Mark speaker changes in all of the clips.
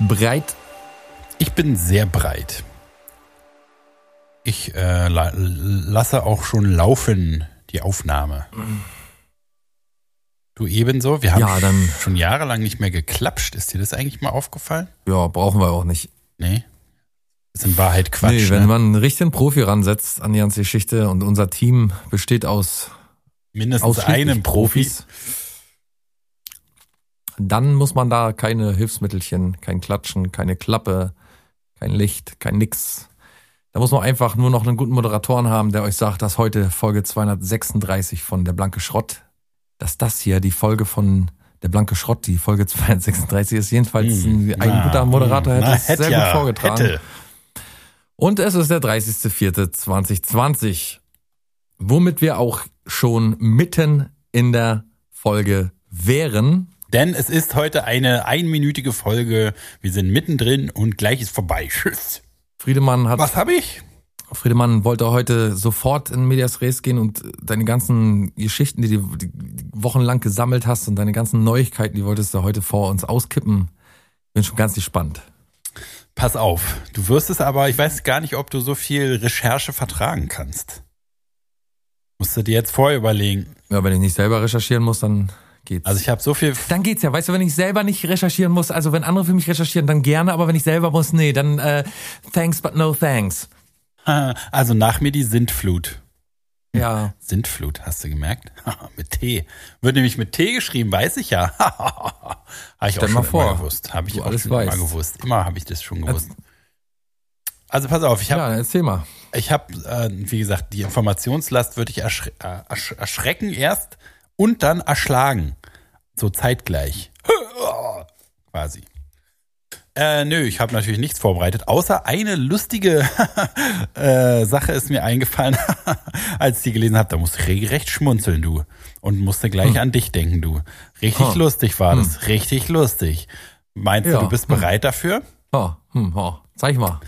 Speaker 1: breit?
Speaker 2: Ich bin sehr breit. Ich äh, la lasse auch schon laufen die Aufnahme. Du ebenso? Wir haben
Speaker 1: Ja, dann-
Speaker 2: schon jahrelang nicht mehr geklatscht. Ist dir das eigentlich mal aufgefallen?
Speaker 1: Ja, brauchen wir auch nicht.
Speaker 2: Nee. Ist in Wahrheit Quatsch.
Speaker 1: nee, wenn
Speaker 2: ne?
Speaker 1: man einen richtigen Profi ransetzt an die ganze Geschichte und unser Team besteht aus
Speaker 2: Mindestens
Speaker 1: ausschließlich
Speaker 2: einen Profi.
Speaker 1: dann muss man da keine Hilfsmittelchen, kein Klatschen, keine Klappe, kein Licht, kein Nix. Da muss man einfach nur noch einen guten Moderatoren haben, der euch sagt, dass heute Folge 236 von Der blanke Schrott, dass das hier die Folge von Der blanke Schrott, die Folge 236 ist. Jedenfalls ein, ein
Speaker 2: Hm. Na, hm.
Speaker 1: guter Moderator hätte
Speaker 2: na,
Speaker 1: es sehr
Speaker 2: ja,
Speaker 1: gut vorgetragen.
Speaker 2: Hätte.
Speaker 1: Und es ist der 30.04.2020, womit wir auch schon mitten in der Folge wären.
Speaker 2: Denn es ist heute eine einminütige Folge. Wir sind mittendrin und gleich ist vorbei. Tschüss.
Speaker 1: Friedemann hat
Speaker 2: Was habe ich?
Speaker 1: Friedemann wollte heute sofort in Medias Res gehen und deine ganzen Geschichten, die du die- die wochenlang gesammelt hast und deine ganzen Neuigkeiten, die wolltest du heute vor uns auskippen. Bin schon ganz gespannt.
Speaker 2: Pass auf. Du wirst es aber, ich weiß gar nicht, ob du so viel Recherche vertragen kannst. Musst du dir jetzt vorher überlegen.
Speaker 1: Ja, wenn ich nicht selber recherchieren muss, dann geht's.
Speaker 2: Also ich habe so viel
Speaker 1: dann geht's ja, weißt du, wenn ich selber nicht recherchieren muss, also wenn andere für mich recherchieren, dann gerne, aber wenn ich selber muss, nee, dann äh, thanks but no thanks.
Speaker 2: Also nach mir die Sintflut.
Speaker 1: Ja,
Speaker 2: Sintflut, hast du gemerkt? mit T. Wird nämlich mit T geschrieben, weiß ich ja. habe ich
Speaker 1: Stell
Speaker 2: auch
Speaker 1: mal
Speaker 2: schon
Speaker 1: vor,
Speaker 2: immer gewusst. Habe ich
Speaker 1: du
Speaker 2: auch
Speaker 1: alles
Speaker 2: schon
Speaker 1: weißt.
Speaker 2: immer gewusst. Immer habe ich das schon gewusst. Also pass auf, ich habe,
Speaker 1: ja, erzähl mal.
Speaker 2: ich habe, äh, wie gesagt, die Informationslast würde ich erschre äh, ersch erschrecken erst und dann erschlagen. So zeitgleich. Quasi. Äh, nö, ich habe natürlich nichts vorbereitet, außer eine lustige äh, Sache ist mir eingefallen, als ich die gelesen habe. Da musste ich regelrecht schmunzeln, du. Und musste gleich
Speaker 1: Hm.
Speaker 2: an dich denken, du. Richtig
Speaker 1: Huh.
Speaker 2: lustig war das. Richtig lustig. Meinst
Speaker 1: Hm. Ja.
Speaker 2: du, du bist
Speaker 1: Hm.
Speaker 2: bereit dafür?
Speaker 1: Oh, hm, oh, zeig mal.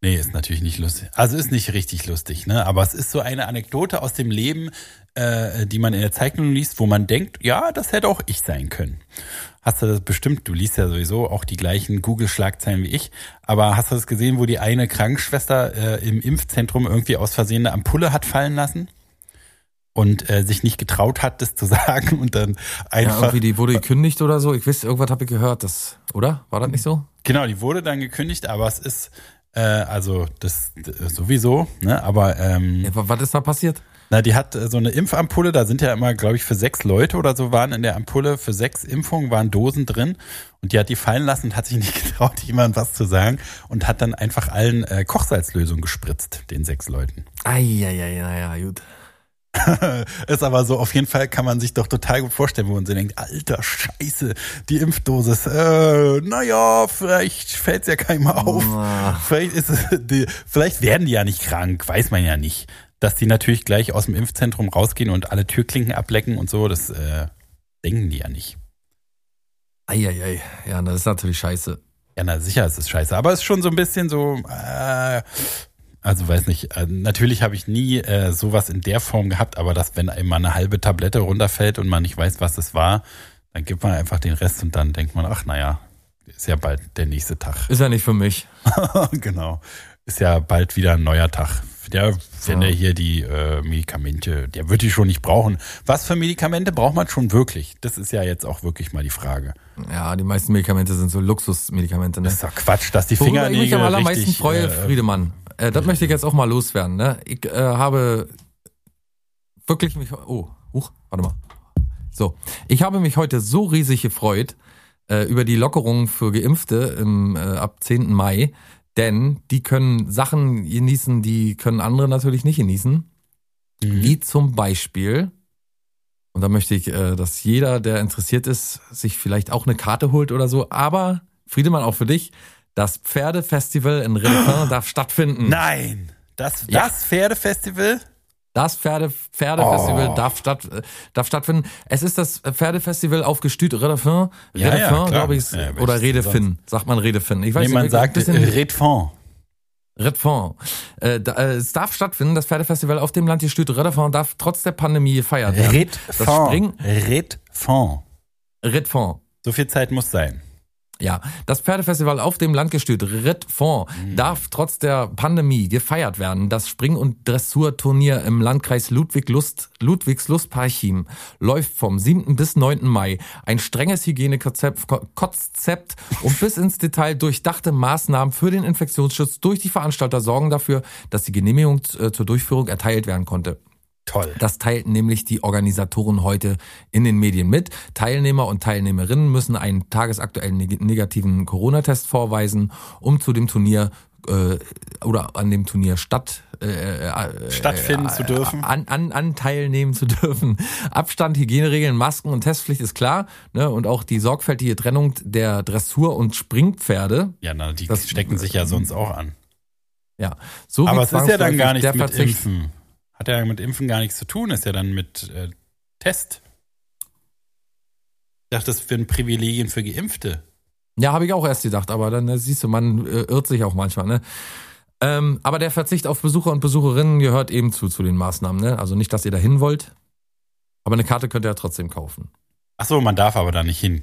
Speaker 2: Nee, ist natürlich nicht lustig. Also ist nicht richtig lustig, ne? Aber es ist so eine Anekdote aus dem Leben, äh, die man in der Zeichnung liest, wo man denkt, ja, das hätte auch ich sein können. Hast du das bestimmt, du liest ja sowieso auch die gleichen Google-Schlagzeilen wie ich, aber hast du das gesehen, wo die eine Krankenschwester äh, im Impfzentrum irgendwie aus Versehen eine Ampulle hat fallen lassen? Und äh, sich nicht getraut hat, das zu sagen und dann
Speaker 1: Ja,
Speaker 2: einfach.
Speaker 1: irgendwie, die wurde gekündigt oder so. Ich weiß, irgendwas habe ich gehört, das, oder? War das nicht so?
Speaker 2: Genau, die wurde dann gekündigt, aber es ist, äh, also das d- sowieso, ne? Aber ähm,
Speaker 1: Ja, wa- was ist da passiert?
Speaker 2: Na, die hat äh, so eine Impfampulle, da sind ja immer, glaube ich, für sechs Leute oder so waren in der Ampulle, für sechs Impfungen waren Dosen drin und die hat die fallen lassen und hat sich nicht getraut, jemandem was zu sagen und hat dann einfach allen äh, Kochsalzlösung gespritzt, den sechs Leuten.
Speaker 1: Eieiei, naja, gut.
Speaker 2: Ist aber so, auf jeden Fall kann man sich doch total gut vorstellen, wo man so denkt, alter Scheiße, die Impfdosis, äh, naja, vielleicht fällt's ja keinem auf.
Speaker 1: Na.
Speaker 2: Vielleicht, ist es die, vielleicht werden die ja nicht krank, weiß man ja nicht. Dass die natürlich gleich aus dem Impfzentrum rausgehen und alle Türklinken ablecken und so, das äh, denken die ja nicht.
Speaker 1: Eieiei, ja, das ist natürlich scheiße.
Speaker 2: Ja, na sicher ist es scheiße, aber es ist schon so ein bisschen so, äh, also weiß nicht, äh, natürlich habe ich nie äh, sowas in der Form gehabt, aber dass wenn einmal eine halbe Tablette runterfällt und man nicht weiß, was es war, dann gibt man einfach den Rest und dann denkt man, ach naja, ist ja bald der nächste Tag.
Speaker 1: Ist ja nicht für mich.
Speaker 2: genau. Ist ja bald wieder ein neuer Tag. Der, wenn
Speaker 1: Ja.
Speaker 2: der hier die äh, Medikamente, der wird die schon nicht brauchen. Was für Medikamente braucht man schon wirklich? Das ist ja jetzt auch wirklich mal die Frage.
Speaker 1: Ja, die meisten Medikamente sind so Luxusmedikamente, ne?
Speaker 2: Das ist doch Quatsch, dass die
Speaker 1: Worüber ich
Speaker 2: Fingernägel
Speaker 1: mich am allermeisten
Speaker 2: richtig,
Speaker 1: freue,
Speaker 2: äh,
Speaker 1: Friedemann. Äh, das möchte ich jetzt auch mal loswerden. Ne? Ich äh, habe wirklich mich. Oh, huch, warte mal. So, ich habe mich heute so riesig gefreut äh, über die Lockerungen für Geimpfte im, äh, ab 10. Mai, denn die können Sachen genießen, die können andere natürlich nicht genießen. Wie
Speaker 2: Mhm.
Speaker 1: zum Beispiel, und da möchte ich, äh, dass jeder, der interessiert ist, sich vielleicht auch eine Karte holt oder so. Aber, Friedemann, auch für dich, das Pferdefestival in Rilfin darf stattfinden.
Speaker 2: Nein, das,
Speaker 1: Ja.
Speaker 2: das Pferdefestival?
Speaker 1: Das Pferde, Pferdefestival
Speaker 2: Oh.
Speaker 1: darf, statt, äh, darf stattfinden. Es ist das Pferdefestival auf Gestüt Redefin.
Speaker 2: Ja, ja,
Speaker 1: Redefin,
Speaker 2: klar.
Speaker 1: glaube ich.
Speaker 2: Ja,
Speaker 1: oder
Speaker 2: welches denn
Speaker 1: Redefin. Sagt man Redefin. Ich weiß
Speaker 2: Nee,
Speaker 1: nicht,
Speaker 2: man
Speaker 1: ich- ein
Speaker 2: sagt äh,
Speaker 1: bisschen-
Speaker 2: Redfond.
Speaker 1: Redfond. Äh, da, äh, es darf stattfinden, das Pferdefestival auf dem Land Gestüt Redefin darf trotz der Pandemie gefeiert werden. Das Springen-
Speaker 2: Redfond. Redfond.
Speaker 1: Redfond.
Speaker 2: So viel Zeit muss sein.
Speaker 1: Ja, das Pferdefestival auf dem Landgestüt Rittfond darf trotz der Pandemie gefeiert werden. Das Spring- und Dressurturnier im Landkreis Ludwig Lust, Ludwigslust-Parchim läuft vom 7. bis 9. Mai. Ein strenges Hygienekonzept Ko- Konzept und bis ins Detail durchdachte Maßnahmen für den Infektionsschutz durch die Veranstalter sorgen dafür, dass die Genehmigung äh, zur Durchführung erteilt werden konnte.
Speaker 2: Toll.
Speaker 1: Das teilten nämlich die Organisatoren heute in den Medien mit. Teilnehmer und Teilnehmerinnen müssen einen tagesaktuellen neg- negativen Corona-Test vorweisen, um zu dem Turnier äh, oder an dem Turnier statt, äh, äh,
Speaker 2: Stattfinden zu dürfen.
Speaker 1: an, an, an teilnehmen zu dürfen. Abstand, Hygieneregeln, Masken und Testpflicht ist klar. Ne? Und auch die sorgfältige Trennung der Dressur- und Springpferde.
Speaker 2: Ja, na, die
Speaker 1: Das-
Speaker 2: stecken sich ja sonst auch an.
Speaker 1: Ja, so wie
Speaker 2: Aber es Oh, ist ja dann gar
Speaker 1: zwangsläufig der
Speaker 2: nichts mit
Speaker 1: Verzicht-
Speaker 2: Impfen. Hat ja mit Impfen gar nichts zu tun, ist ja dann mit äh, Test. Ich dachte, das wären Privilegien für Geimpfte.
Speaker 1: Ja, habe ich auch erst gedacht, aber dann äh, siehst du, man äh, irrt sich auch manchmal, ne? Ähm, aber der Verzicht auf Besucher und Besucherinnen gehört eben zu, zu den Maßnahmen, ne? Also nicht, dass ihr da hin wollt, aber eine Karte könnt ihr ja trotzdem kaufen.
Speaker 2: Achso, man darf aber da nicht hin.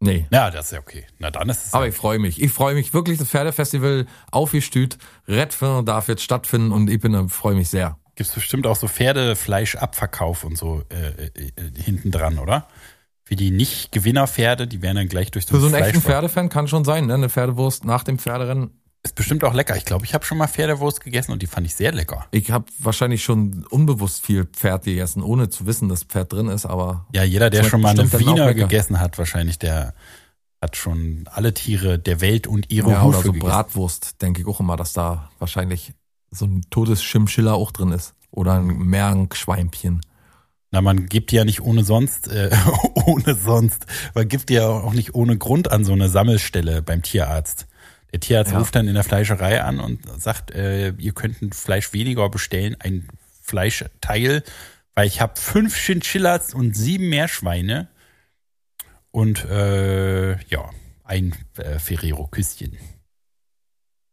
Speaker 1: Nee.
Speaker 2: Ja, das ist ja okay. Na dann ist es.
Speaker 1: Aber ich freue mich. Ich freue mich wirklich, das Pferdefestival aufgestüt. Redfern darf jetzt stattfinden und ich bin, äh, freue mich sehr.
Speaker 2: Gibt es bestimmt auch so Pferdefleischabverkauf und so äh, äh, äh, hinten dran, oder? Für die Nicht-Gewinnerpferde, die werden dann gleich durch
Speaker 1: Für so einen echten
Speaker 2: Fleischwolf-
Speaker 1: Pferdefan kann schon sein, ne? Eine Pferdewurst nach dem Pferderennen.
Speaker 2: Ist bestimmt auch lecker. Ich glaube, ich habe schon mal Pferdewurst gegessen und die fand ich sehr lecker.
Speaker 1: Ich habe wahrscheinlich schon unbewusst viel Pferd gegessen, ohne zu wissen, dass Pferd drin ist, aber
Speaker 2: Ja, jeder, der
Speaker 1: Schmeckt
Speaker 2: schon mal eine
Speaker 1: bestimmt dann auch
Speaker 2: Wiener
Speaker 1: lecker.
Speaker 2: gegessen hat, wahrscheinlich, der hat schon alle Tiere der Welt und ihre
Speaker 1: ja,
Speaker 2: Hufe
Speaker 1: oder so
Speaker 2: gegessen.
Speaker 1: Bratwurst, denke ich auch immer, dass da wahrscheinlich so ein totes Schimmschiller auch drin ist. Oder ein Mergenschweinchen.
Speaker 2: Na, man gibt die ja nicht ohne sonst, äh, ohne sonst. Man gibt die ja auch nicht ohne Grund an so eine Sammelstelle beim Tierarzt. Der Tierarzt
Speaker 1: Ja.
Speaker 2: ruft dann in der Fleischerei an und sagt, äh, ihr könnt ein Fleisch weniger bestellen, ein Fleischteil, weil ich habe fünf Chinchillas und sieben Meerschweine und äh, ja, ein äh, Ferrero-Küsschen.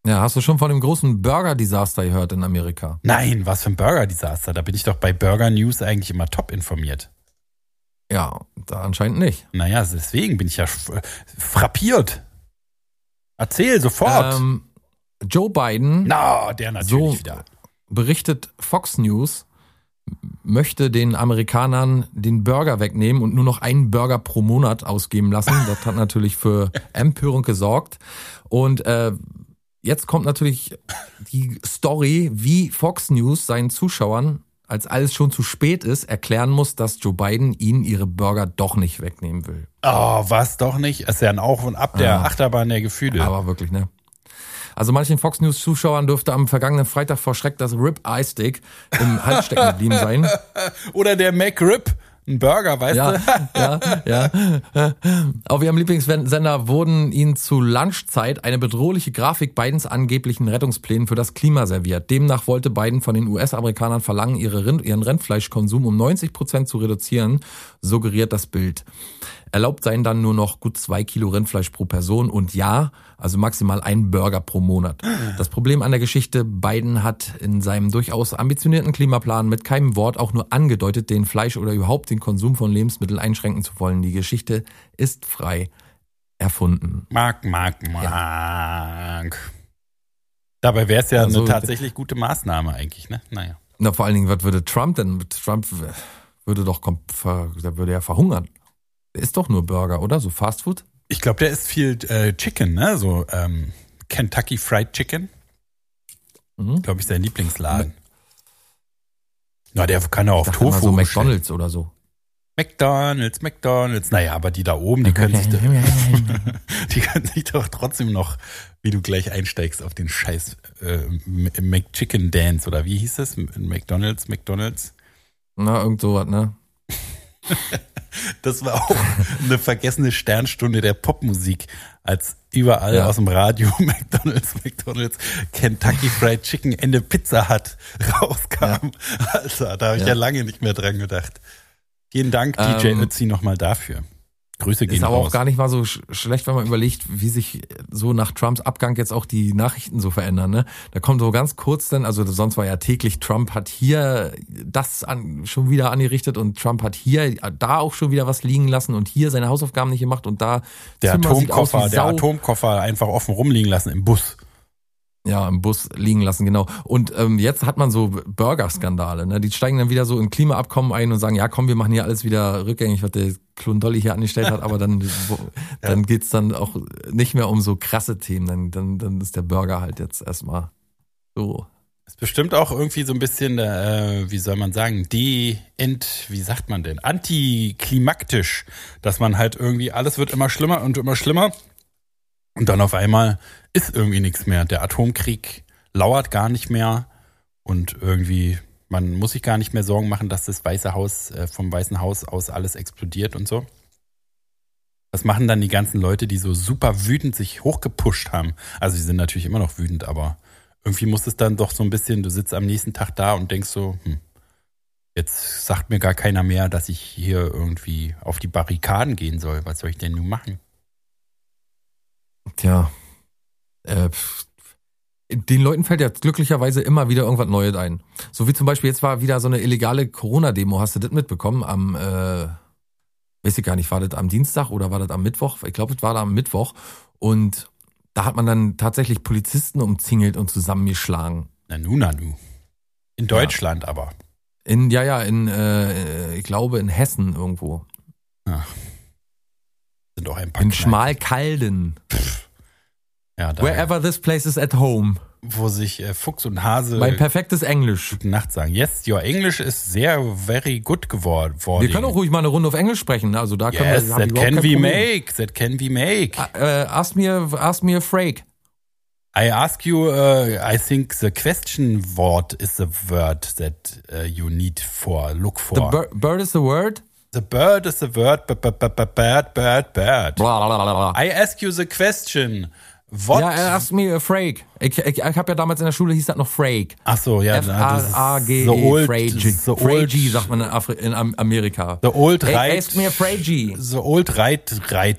Speaker 1: Ja, hast du schon von dem großen Burger-Desaster gehört in Amerika?
Speaker 2: Nein, was für ein Burger-Desaster. Da bin ich doch bei Burger News eigentlich immer top informiert.
Speaker 1: Ja, da anscheinend nicht.
Speaker 2: Naja, deswegen bin ich ja f- frappiert. Erzähl sofort.
Speaker 1: Ähm, Joe Biden,
Speaker 2: Na, der natürlich
Speaker 1: so-
Speaker 2: wieder.
Speaker 1: berichtet Fox News, möchte den Amerikanern den Burger wegnehmen und nur noch einen Burger pro Monat ausgeben lassen. Das hat natürlich für Empörung gesorgt. Und äh, jetzt kommt natürlich die Story, wie Fox News seinen Zuschauern, als alles schon zu spät ist, erklären muss, dass Joe Biden ihnen ihre Burger doch nicht wegnehmen will.
Speaker 2: Oh, was doch nicht? Ist ja ein Auf und Ab der
Speaker 1: Ah.
Speaker 2: Achterbahn der Gefühle.
Speaker 1: Aber wirklich, ne? Also manchen Fox News Zuschauern dürfte am vergangenen Freitag vor Schreck das Rib Eye Steak im Hals stecken geblieben sein.
Speaker 2: Oder der McRib, ein Burger, weißt
Speaker 1: Ja,
Speaker 2: du?
Speaker 1: ja, ja. Auf ihrem Lieblingssender wurden ihnen zu Lunchzeit eine bedrohliche Grafik Bidens angeblichen Rettungsplänen für das Klima serviert. Demnach wollte Biden von den US-Amerikanern verlangen, ihre Rind ihren Rindfleischkonsum um 90 Prozent zu reduzieren, suggeriert das Bild. Erlaubt seien dann nur noch gut zwei Kilo Rindfleisch pro Person und ja, also maximal ein Burger pro Monat. Das Problem an der Geschichte, Biden hat in seinem durchaus ambitionierten Klimaplan mit keinem Wort auch nur angedeutet, den Fleisch oder überhaupt den Konsum von Lebensmitteln einschränken zu wollen. Die Geschichte ist frei erfunden.
Speaker 2: Mark, Mark, Mark. Dabei wäre es ja
Speaker 1: Also-
Speaker 2: eine tatsächlich gute Maßnahme eigentlich, ne? Naja.
Speaker 1: Na, vor allen Dingen, was würde Trump denn? Trump würde doch, kom- ver- der würde ja verhungern. Ist doch nur Burger, oder? So Fast Food?
Speaker 2: Ich glaube, der ist viel äh, Chicken, ne? So ähm, Kentucky Fried Chicken.
Speaker 1: Mhm.
Speaker 2: glaube ich, sein Lieblingsladen. Na, der kann ja auf
Speaker 1: Dachte immer
Speaker 2: Tofu.
Speaker 1: so
Speaker 2: bestellen.
Speaker 1: McDonalds oder so.
Speaker 2: McDonalds, McDonalds. Naja, aber die da oben, die können, sich, doch- die können sich doch trotzdem noch, wie du gleich einsteigst, auf den Scheiß äh, M- McChicken Dance oder wie hieß es? M- McDonalds, McDonalds.
Speaker 1: Na, irgend sowas, ne?
Speaker 2: Das war auch eine vergessene Sternstunde der Popmusik, als überall
Speaker 1: Ja.
Speaker 2: aus dem Radio McDonalds, McDonalds, Kentucky Fried Chicken, Ende Pizza Hut rauskam. Alter, da habe ich ja.
Speaker 1: Ja.
Speaker 2: lange nicht mehr dran gedacht. Vielen Dank, DJ
Speaker 1: Ähm.
Speaker 2: Ötzi, nochmal dafür. Grüße gehen
Speaker 1: Ist aber auch
Speaker 2: raus.
Speaker 1: gar nicht mal so sch schlecht, wenn man überlegt, wie sich so nach Trumps Abgang jetzt auch die Nachrichten so verändern. Ne? Da kommt so ganz kurz dann, also sonst war ja täglich, Trump hat hier das an, schon wieder angerichtet und Trump hat hier äh, da auch schon wieder was liegen lassen und hier seine Hausaufgaben nicht gemacht und da
Speaker 2: der
Speaker 1: Zimmer sieht aus wie
Speaker 2: Atomkoffer, der
Speaker 1: Sau.
Speaker 2: Atomkoffer einfach offen rumliegen lassen im Bus.
Speaker 1: Ja, im Bus liegen lassen, genau. Und ähm, jetzt hat man so Burger-Skandale. Ne? Die steigen dann wieder so in Klimaabkommen ein und sagen, ja komm, wir machen hier alles wieder rückgängig, was der Klondolli hier angestellt hat, aber dann, wo, dann geht's dann auch nicht mehr um so krasse Themen. Dann, dann, dann ist der Burger halt jetzt erstmal so.
Speaker 2: Ist bestimmt auch irgendwie so ein bisschen, äh, wie soll man sagen, de ent, wie sagt man denn, antiklimaktisch, dass man halt irgendwie, alles wird immer schlimmer und immer schlimmer und dann auf einmal ist irgendwie nichts mehr. Der Atomkrieg lauert gar nicht mehr und irgendwie, man muss sich gar nicht mehr Sorgen machen, dass das Weiße Haus äh, vom Weißen Haus aus alles explodiert und so. Was machen dann die ganzen Leute, die so super wütend sich hochgepusht haben? Also sie sind natürlich immer noch wütend, aber irgendwie muss es dann doch so ein bisschen, du sitzt am nächsten Tag da und denkst so, hm, jetzt sagt mir gar keiner mehr, dass ich hier irgendwie auf die Barrikaden gehen soll. Was soll ich denn nun machen?
Speaker 1: Tja. Äh, pff. den Leuten fällt ja glücklicherweise immer wieder irgendwas Neues ein. So wie zum Beispiel jetzt war wieder so eine illegale Corona-Demo. Hast du das mitbekommen am, äh, weiß ich gar nicht, war das am Dienstag oder war das am Mittwoch? Ich glaube, das war da am Mittwoch. Und da hat man dann tatsächlich Polizisten umzingelt und zusammengeschlagen.
Speaker 2: Nanu, nanu. In Deutschland aber.
Speaker 1: In, ja, ja, in, äh, ich glaube, in Hessen irgendwo.
Speaker 2: Sind auch ein paar
Speaker 1: In
Speaker 2: Kneipen.
Speaker 1: Schmalkalden.
Speaker 2: Ja, da,
Speaker 1: Wherever this place is at home.
Speaker 2: wo sich äh, Fuchs und Hase
Speaker 1: Mein perfektes Englisch.
Speaker 2: gute Nacht sagen. Yes, your English is sehr, very good geworden.
Speaker 1: Wir können auch ruhig mal eine Runde auf Englisch sprechen. Also da können
Speaker 2: Yes,
Speaker 1: wir. hab ich
Speaker 2: that
Speaker 1: überhaupt
Speaker 2: can
Speaker 1: kein
Speaker 2: we
Speaker 1: Problem.
Speaker 2: make. That can we make.
Speaker 1: Äh, ask mir, ask mir Frake.
Speaker 2: I ask you, uh, I think the question word is the word that uh, you need for, look for.
Speaker 1: The bir bird is the word.
Speaker 2: The bird is a word, b b b b bird, bird, bird.
Speaker 1: Blablabla.
Speaker 2: I ask you the question. What?
Speaker 1: Ja, äh, ask me a Frake. Ich, ich, ich habe ja damals in der Schule hieß das noch Frake.
Speaker 2: Ach so, ja, das ist
Speaker 1: F-R-A-G-E.
Speaker 2: the old,
Speaker 1: Frage.
Speaker 2: the old,
Speaker 1: Frage E, sagt man in, Afri in Am- Amerika.
Speaker 2: the old
Speaker 1: Hey,
Speaker 2: right,
Speaker 1: ask me a Frage.
Speaker 2: the old right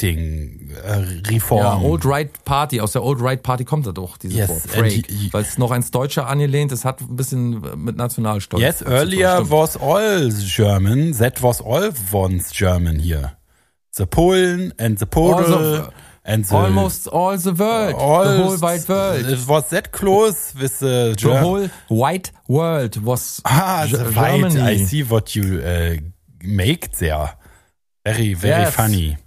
Speaker 2: writing uh, reform.
Speaker 1: Ja, Old Right Party. Aus der Old Right Party kommt das doch, dieses
Speaker 2: Yes,
Speaker 1: Wort.
Speaker 2: and
Speaker 1: Frake.
Speaker 2: he- he-
Speaker 1: Weil es noch ans Deutsche angelehnt ist, hat ein bisschen mit Nationalstolz.
Speaker 2: yes,
Speaker 1: zu tun,
Speaker 2: earlier
Speaker 1: stimmt.
Speaker 2: was all German. That was all once German here. The Polen and the Podol
Speaker 1: Also,
Speaker 2: and the
Speaker 1: Almost all the world.
Speaker 2: all
Speaker 1: the whole wide world.
Speaker 2: It was that close with the
Speaker 1: The
Speaker 2: German.
Speaker 1: whole white world was
Speaker 2: Ah,
Speaker 1: Ge-
Speaker 2: the white. I
Speaker 1: Germany.
Speaker 2: see what you uh, make there. Very, very
Speaker 1: Yes.
Speaker 2: funny.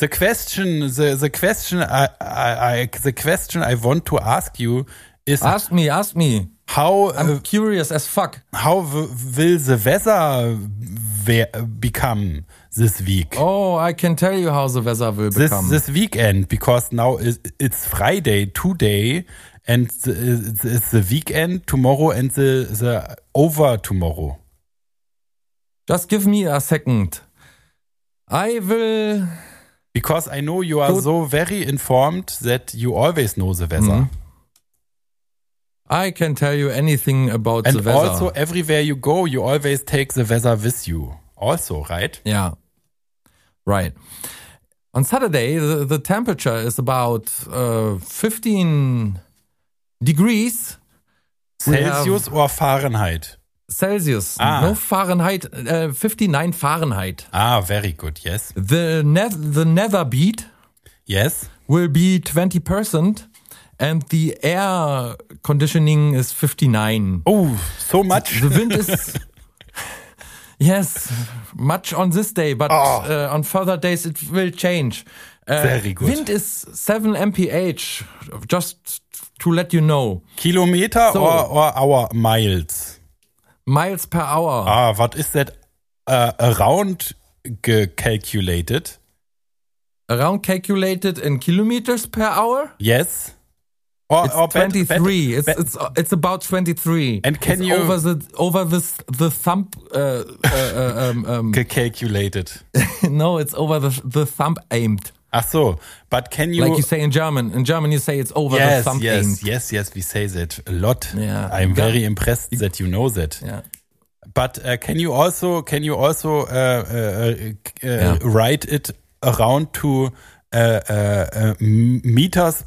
Speaker 2: The question, the, the question, I, I, I, the question I want to ask you is
Speaker 1: Ask me, ask me.
Speaker 2: how
Speaker 1: I'm
Speaker 2: uh,
Speaker 1: curious as fuck.
Speaker 2: how w- will the weather we- become this week?
Speaker 1: Oh, I can tell you how the weather will
Speaker 2: this
Speaker 1: become.
Speaker 2: this weekend because now is, it's Friday today and the, it's the weekend tomorrow and the the over tomorrow.
Speaker 1: Just give me a second. I will.
Speaker 2: Because I know you are
Speaker 1: Good.
Speaker 2: so very informed that you always know the
Speaker 1: Mm-hmm.
Speaker 2: weather.
Speaker 1: I can tell you anything about
Speaker 2: And
Speaker 1: the weather.
Speaker 2: also everywhere you go, you always take the weather with you. Also, right?
Speaker 1: yeah. Right. On Saturday, the, the temperature is about uh, 15 degrees We have-
Speaker 2: Celsius or Fahrenheit?
Speaker 1: Celsius.
Speaker 2: Ah.
Speaker 1: No Fahrenheit. Uh, 59 Fahrenheit.
Speaker 2: Ah, very good. Yes.
Speaker 1: The, ne the nether beat
Speaker 2: Yes.
Speaker 1: will be 20% and the air conditioning is 59
Speaker 2: Oh, so much.
Speaker 1: the wind is yes much on this day but uh, on further days it will change uh,
Speaker 2: Ah. Very good.
Speaker 1: wind is 7 mph just to let you know
Speaker 2: Kilometer
Speaker 1: So.
Speaker 2: or, or hour miles?
Speaker 1: miles per hour
Speaker 2: Ah, what is that uh, around ge- calculated?
Speaker 1: around calculated in kilometers per hour
Speaker 2: Yes. Or,
Speaker 1: it's
Speaker 2: or bet-
Speaker 1: 23
Speaker 2: bet-
Speaker 1: it's, it's it's about 23
Speaker 2: And can
Speaker 1: It's
Speaker 2: you-
Speaker 1: over the over this the thumb uh, uh, uh, um, um,
Speaker 2: ge- calculated.
Speaker 1: No, it's over the the thumb aimed.
Speaker 2: Ach Ah, so, but can you?
Speaker 1: Like you say in German. In German, you say it's over
Speaker 2: yes,
Speaker 1: the thumb
Speaker 2: yes,
Speaker 1: aimed.
Speaker 2: yes, yes. We say that a lot.
Speaker 1: Yeah.
Speaker 2: I'm
Speaker 1: Yeah.
Speaker 2: very impressed that you know that.
Speaker 1: Yeah.
Speaker 2: But uh, can you also can you also uh, uh, uh, uh, write it uh, around to äh, äh, äh, meters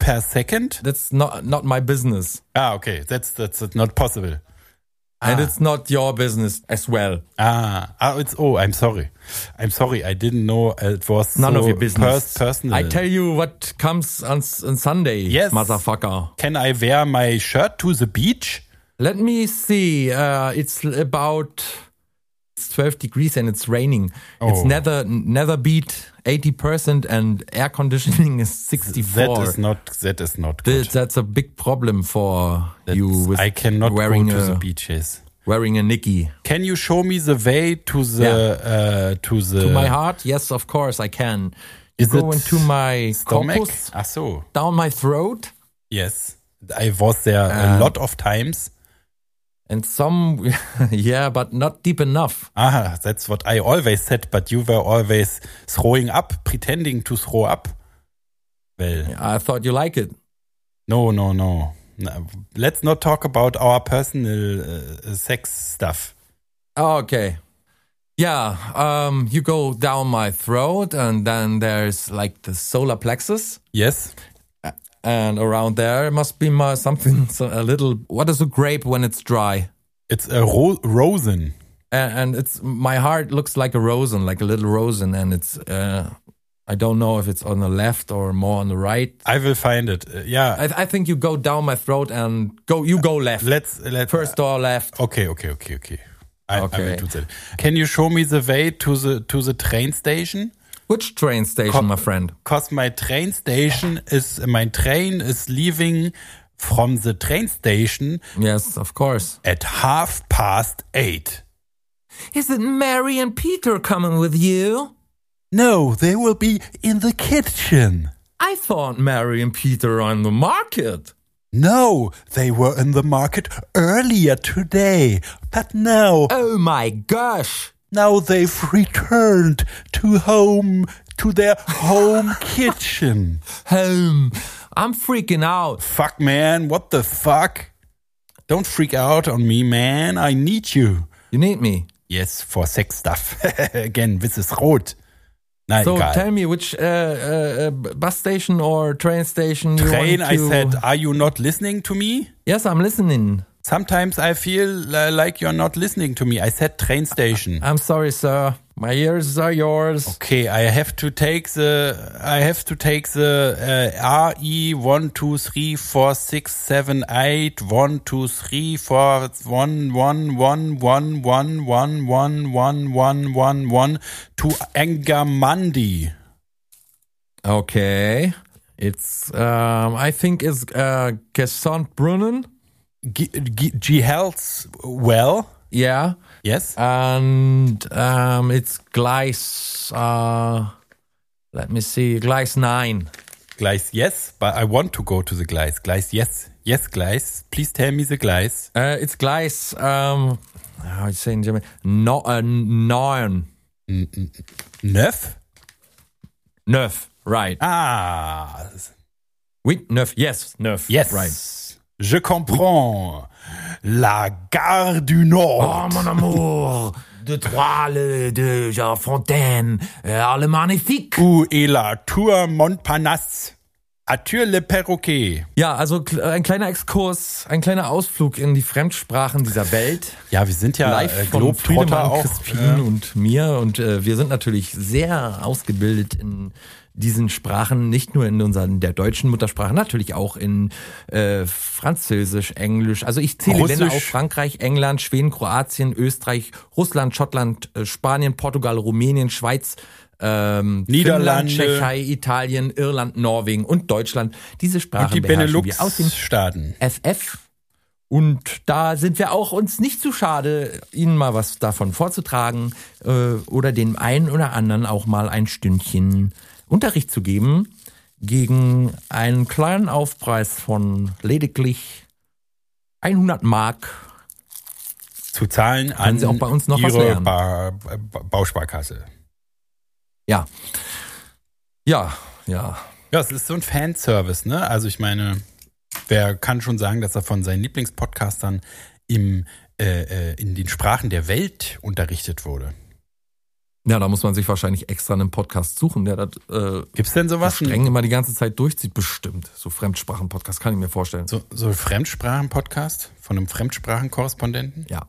Speaker 2: per second?
Speaker 1: That's not, not my business.
Speaker 2: Ah, okay. That's, that's not possible.
Speaker 1: And
Speaker 2: Ah.
Speaker 1: it's not your business as well.
Speaker 2: Ah, ah it's, oh, I'm sorry. I'm sorry. I didn't know it was
Speaker 1: None
Speaker 2: so
Speaker 1: of your business.
Speaker 2: pers- personal.
Speaker 1: I tell you what comes on, s- on Sunday,
Speaker 2: Yes.
Speaker 1: motherfucker.
Speaker 2: Can I wear my shirt to the beach?
Speaker 1: Let me see. Uh, it's about it's 12 degrees and it's raining. It's
Speaker 2: Oh.
Speaker 1: nether nether beat 80% and air conditioning is 64.
Speaker 2: That is not. That is not
Speaker 1: Th-
Speaker 2: good.
Speaker 1: That's a big problem for you with
Speaker 2: I cannot
Speaker 1: wearing
Speaker 2: go to
Speaker 1: a
Speaker 2: the beaches.
Speaker 1: wearing a Nicky.
Speaker 2: Can you show me the way to the uh, to the
Speaker 1: My heart, yes, of course I can. You
Speaker 2: Is
Speaker 1: go
Speaker 2: it
Speaker 1: into my
Speaker 2: stomach?
Speaker 1: corpus,
Speaker 2: Ach so.
Speaker 1: down my throat,
Speaker 2: Yes, I was there a
Speaker 1: Ähm.
Speaker 2: lot of times.
Speaker 1: and some, yeah, but not deep enough.
Speaker 2: Ah, that's what I always said, but you were always throwing up, pretending to throw up. Well,
Speaker 1: I thought you like it.
Speaker 2: no, no, no. No, Let's not talk about our personal uh, sex stuff.
Speaker 1: Oh, Okay. Yeah, um, you go down my throat, and then there's like the solar plexus,
Speaker 2: Yes.
Speaker 1: and around there must be my something, so a little. What is a grape when it's dry?
Speaker 2: It's a ro rosen.
Speaker 1: And, and it's my heart looks like a rosen, like a little rosen, and it's. Uh, I don't know if it's on the left or more on the right.
Speaker 2: I will find it. Uh, yeah.
Speaker 1: I, I think you go down my throat and go. You go left.
Speaker 2: Let's let
Speaker 1: First door left.
Speaker 2: Okay, okay, okay, okay. I, I
Speaker 1: Okay.
Speaker 2: will do that. Can you show me the way to the to the train station?
Speaker 1: Which train station,
Speaker 2: Komm.
Speaker 1: my friend?
Speaker 2: Cause my train station is my train is leaving from the train station
Speaker 1: Yes, of course.
Speaker 2: at half past eight.
Speaker 1: Is it Mary and Peter coming with you?
Speaker 2: No, they will be in the kitchen.
Speaker 1: I thought Mary and Peter are in the market.
Speaker 2: No, they were in the market earlier today, but now
Speaker 1: Oh my gosh!
Speaker 2: now they've returned to home to their home kitchen.
Speaker 1: Home. I'm freaking out.
Speaker 2: Fuck, man. What the fuck? Don't freak out on me, man. I need you.
Speaker 1: You need me.
Speaker 2: Yes, for sex stuff. Again, this is rot. Na,
Speaker 1: So
Speaker 2: egal.
Speaker 1: tell me which uh, uh, uh, b- bus station or train station you
Speaker 2: Train,
Speaker 1: want
Speaker 2: I
Speaker 1: to...
Speaker 2: said, are you not listening to me?
Speaker 1: Yes, I'm listening.
Speaker 2: Sometimes I feel uh, like you're not listening to me. I said train station.
Speaker 1: I'm sorry, sir. My ears are yours.
Speaker 2: Okay, I have to take the I have to take the uh, RE one two three four six seven eight one two three four one one one one one one one one one one one to Angamandi.
Speaker 1: Okay. It's, um, I think it's uh, Gesundbrunnen.
Speaker 2: G, G, G Health well
Speaker 1: Yeah.
Speaker 2: yes
Speaker 1: And um, it's Gleis, uh, let me see, Gleis 9.
Speaker 2: Gleis yes but I want to go to the Gleis Gleis yes yes Gleis please tell me the Gleis
Speaker 1: Uh, it's Gleis, um, how do you say in German? No, uh, 9.
Speaker 2: Neuf
Speaker 1: Neuf, right.
Speaker 2: ah
Speaker 1: Oui, neuf, yes, neuf.
Speaker 2: Yes.
Speaker 1: Right.
Speaker 2: Je comprends. La gare du Nord.
Speaker 1: Oh, mon amour, de Troile, de Jean Fontaine, euh, le magnifique.
Speaker 2: Où est la tour Montparnasse? Arthur le perroquet.
Speaker 1: Ja, also kl- ein kleiner Exkurs, ein kleiner Ausflug in die Fremdsprachen dieser Welt.
Speaker 2: Ja, wir sind ja äh,
Speaker 1: live von Friedemann Crispin und mir. Und äh, wir sind natürlich sehr ausgebildet in diesen Sprachen, nicht nur in unseren der deutschen Muttersprache, natürlich auch in äh, Französisch, Englisch. Also ich zähle
Speaker 2: Russisch.
Speaker 1: Länder auf Frankreich, England, Schweden, Kroatien, Österreich, Russland, Schottland, äh, Spanien, Portugal, Rumänien, Schweiz. Ähm,
Speaker 2: Niederlande.
Speaker 1: Finnland, Tschechei, Italien, Irland, Norwegen und Deutschland. Diese Sprachen
Speaker 2: und die
Speaker 1: beherrschen wir aus dem
Speaker 2: Benelux-Staaten.
Speaker 1: FF. Und da sind wir auch uns nicht zu schade, Ihnen mal was davon vorzutragen äh, oder dem einen oder anderen auch mal ein Stündchen Unterricht zu geben gegen einen kleinen Aufpreis von lediglich 100 Mark.
Speaker 2: Zu zahlen an
Speaker 1: Sie auch bei uns noch was
Speaker 2: ihre
Speaker 1: lernen.
Speaker 2: Ba Ba- Bausparkasse.
Speaker 1: Ja. Ja, ja.
Speaker 2: Ja, es ist so ein Fanservice, ne? Also ich meine, wer kann schon sagen, dass er von seinen Lieblingspodcastern im, äh, äh, in den Sprachen der Welt unterrichtet wurde?
Speaker 1: Ja, da muss man sich wahrscheinlich extra einen Podcast suchen, der das äh,
Speaker 2: Gibt's denn sowas?
Speaker 1: streng immer die ganze Zeit durchzieht, bestimmt. So Fremdsprachen-Podcast kann ich mir vorstellen.
Speaker 2: So, so ein Fremdsprachen-Podcast von einem Fremdsprachen-Korrespondenten?
Speaker 1: Ja,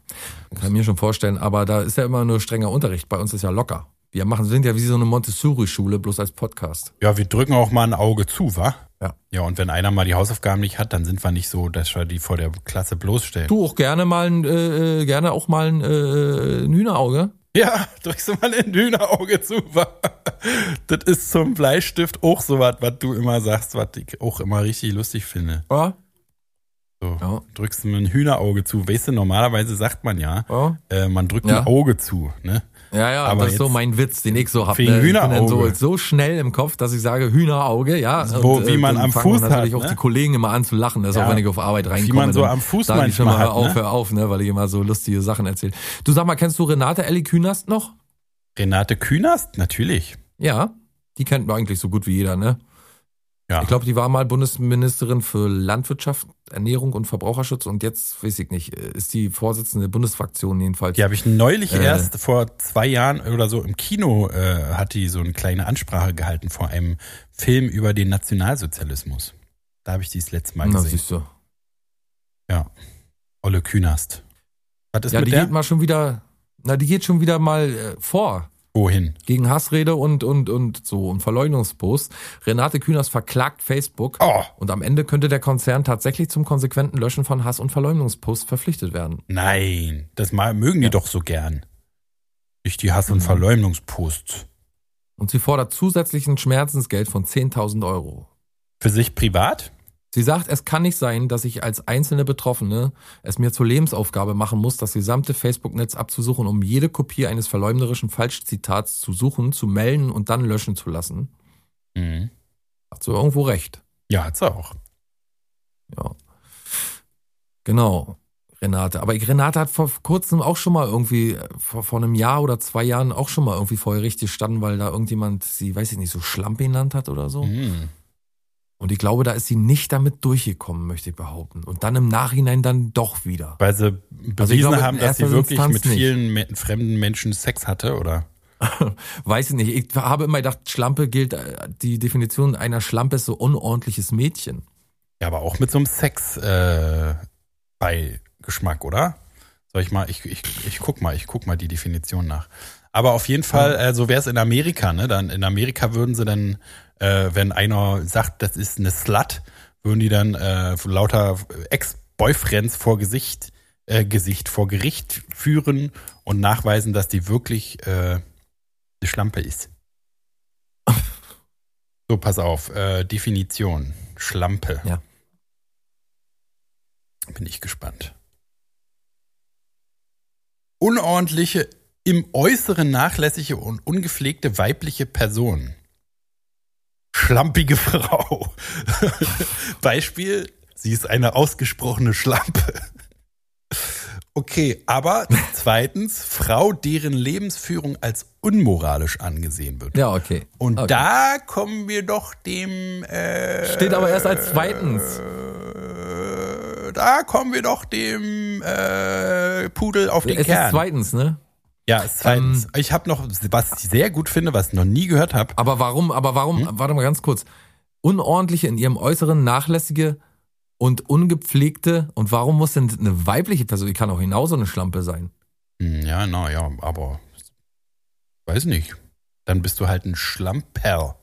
Speaker 1: kann ich mir schon vorstellen. Aber da ist ja immer nur strenger Unterricht. Bei uns ist ja locker. Wir machen, sind ja wie so eine Montessori-Schule, bloß als Podcast.
Speaker 2: Ja, wir drücken auch mal ein Auge zu, wa?
Speaker 1: Ja.
Speaker 2: Ja, und wenn einer mal die Hausaufgaben nicht hat, dann sind wir nicht so, dass wir die vor der Klasse bloßstellen.
Speaker 1: Du auch gerne mal ein, äh, äh, gerne auch mal ein, äh, ein Hühnerauge.
Speaker 2: Ja, drückst du mal ein Hühnerauge zu, wa? Das ist zum Bleistift auch so was, was du immer sagst, was ich auch immer richtig lustig finde.
Speaker 1: Ja,
Speaker 2: So,
Speaker 1: Ja.
Speaker 2: drückst du mir ein Hühnerauge zu. Weißt du, normalerweise sagt man ja,
Speaker 1: ja.
Speaker 2: äh, man drückt
Speaker 1: Ja.
Speaker 2: ein Auge zu, ne?
Speaker 1: Ja, ja,
Speaker 2: Aber
Speaker 1: das ist so
Speaker 2: jetzt
Speaker 1: mein Witz, den ich so habe.
Speaker 2: wegen
Speaker 1: Ich bin dann so,
Speaker 2: Hühnerauge.
Speaker 1: so schnell im Kopf, dass ich sage Hühnerauge, ja. äh,
Speaker 2: So, wie man
Speaker 1: dann
Speaker 2: am
Speaker 1: fangen
Speaker 2: Fuß
Speaker 1: natürlich
Speaker 2: hat,
Speaker 1: auch
Speaker 2: ne?
Speaker 1: die Kollegen immer an zu lachen, das ist
Speaker 2: Ja.
Speaker 1: auch wenn ich auf Arbeit reinkomme.
Speaker 2: man so
Speaker 1: dann
Speaker 2: am Fuß
Speaker 1: sagen die schon mal,
Speaker 2: manchmal
Speaker 1: hör
Speaker 2: hat,
Speaker 1: auf,
Speaker 2: ne?
Speaker 1: hör auf, ne, weil ich immer so lustige Sachen erzähle. Du sag mal, kennst du Renate Elli Künast noch?
Speaker 2: Renate Künast, natürlich.
Speaker 1: Ja, die kennt man eigentlich so gut wie jeder, ne?
Speaker 2: Ja.
Speaker 1: Ich glaube, die war mal Bundesministerin für Landwirtschaft, Ernährung und Verbraucherschutz und jetzt, weiß ich nicht, äh, ist die Vorsitzende der Bundesfraktion jedenfalls.
Speaker 2: Die habe ich neulich
Speaker 1: Äh.
Speaker 2: erst vor zwei Jahren oder so im Kino äh, hat die so eine kleine Ansprache gehalten vor einem Film über den Nationalsozialismus. Da habe ich die das letzte Mal
Speaker 1: Na,
Speaker 2: gesehen.
Speaker 1: siehst du.
Speaker 2: Olle Künast. Was ist
Speaker 1: Ja, die
Speaker 2: mit der?
Speaker 1: geht mal schon wieder, na, die geht schon wieder mal äh, vor.
Speaker 2: Wohin?
Speaker 1: gegen Hassrede und, und, und so und Verleugnungspost. Renate Künast verklagt Facebook.
Speaker 2: Oh,
Speaker 1: Und am Ende könnte der Konzern tatsächlich zum konsequenten Löschen von Hass- und Verleumdungsposts verpflichtet werden.
Speaker 2: nein. Das mal, mögen die doch so gern. Ich die Hass- und
Speaker 1: Mhm.
Speaker 2: Verleumdungsposts.
Speaker 1: Und sie fordert zusätzlichen Schmerzensgeld von 10.000 Euro.
Speaker 2: Für sich privat?
Speaker 1: Sie sagt, es kann nicht sein, dass ich als einzelne Betroffene es mir zur Lebensaufgabe machen muss, das gesamte Facebook-Netz abzusuchen, um jede Kopie eines verleumderischen Falschzitats zu suchen, zu melden und dann löschen zu lassen.
Speaker 2: Mhm.
Speaker 1: Hat so irgendwo recht.
Speaker 2: Ja, hat's auch.
Speaker 1: Ja. Genau, Renate. Aber ich- Renate hat vor kurzem auch schon mal irgendwie, äh, vor, vor einem Jahr oder zwei Jahren auch schon mal irgendwie vorher richtig gestanden, weil da irgendjemand sie, weiß ich nicht, so Schlampe genannt hat oder so.
Speaker 2: Mhm.
Speaker 1: Und ich glaube, da ist sie nicht damit durchgekommen, möchte ich behaupten. Und dann im Nachhinein dann doch wieder.
Speaker 2: Weil sie bewiesen
Speaker 1: Also glaube,
Speaker 2: haben,
Speaker 1: in
Speaker 2: dass sie
Speaker 1: erster
Speaker 2: wirklich
Speaker 1: Instanz
Speaker 2: mit
Speaker 1: nicht.
Speaker 2: vielen me- fremden Menschen Sex hatte, oder?
Speaker 1: Weiß ich nicht. Ich habe immer gedacht, Schlampe gilt, äh, die Definition einer Schlampe ist so unordentliches Mädchen.
Speaker 2: Ja, aber auch mit so einem Sex äh, Beigeschmack, oder? Soll ich mal, ich, ich, ich guck mal, ich guck mal die Definition nach. Aber auf jeden Fall, äh, so wäre es in Amerika, ne? Dann in Amerika würden sie dann, äh, wenn einer sagt, das ist eine Slut, würden die dann äh, lauter Ex-Boyfriends vor Gesicht, äh, Gesicht vor Gericht führen und nachweisen, dass die wirklich äh, eine Schlampe ist. So, pass auf, äh, Definition. Schlampe.
Speaker 1: Ja.
Speaker 2: Bin ich gespannt. Unordentliche, im Äußeren nachlässige und ungepflegte weibliche Person. Schlampige Frau. Beispiel, sie ist eine ausgesprochene Schlampe. Okay, aber zweitens, Frau, deren Lebensführung als unmoralisch angesehen wird.
Speaker 1: Ja, okay.
Speaker 2: Und
Speaker 1: okay.
Speaker 2: da kommen wir doch dem. Äh,
Speaker 1: Steht aber erst als zweitens.
Speaker 2: äh, Da kommen wir doch dem äh, Pudel auf den
Speaker 1: Es
Speaker 2: Kern.
Speaker 1: ist zweitens, ne?
Speaker 2: ja, ist zweitens. ich habe noch, was ich sehr gut finde, was ich noch nie gehört habe.
Speaker 1: Aber warum, aber warum, warte mal ganz kurz. Unordentliche in ihrem Äußeren, nachlässige und ungepflegte. Und warum muss denn eine weibliche Person, die kann auch genauso eine Schlampe sein?
Speaker 2: Hm, Ja, na ja, aber weiß nicht. Dann bist du halt ein Schlamperl.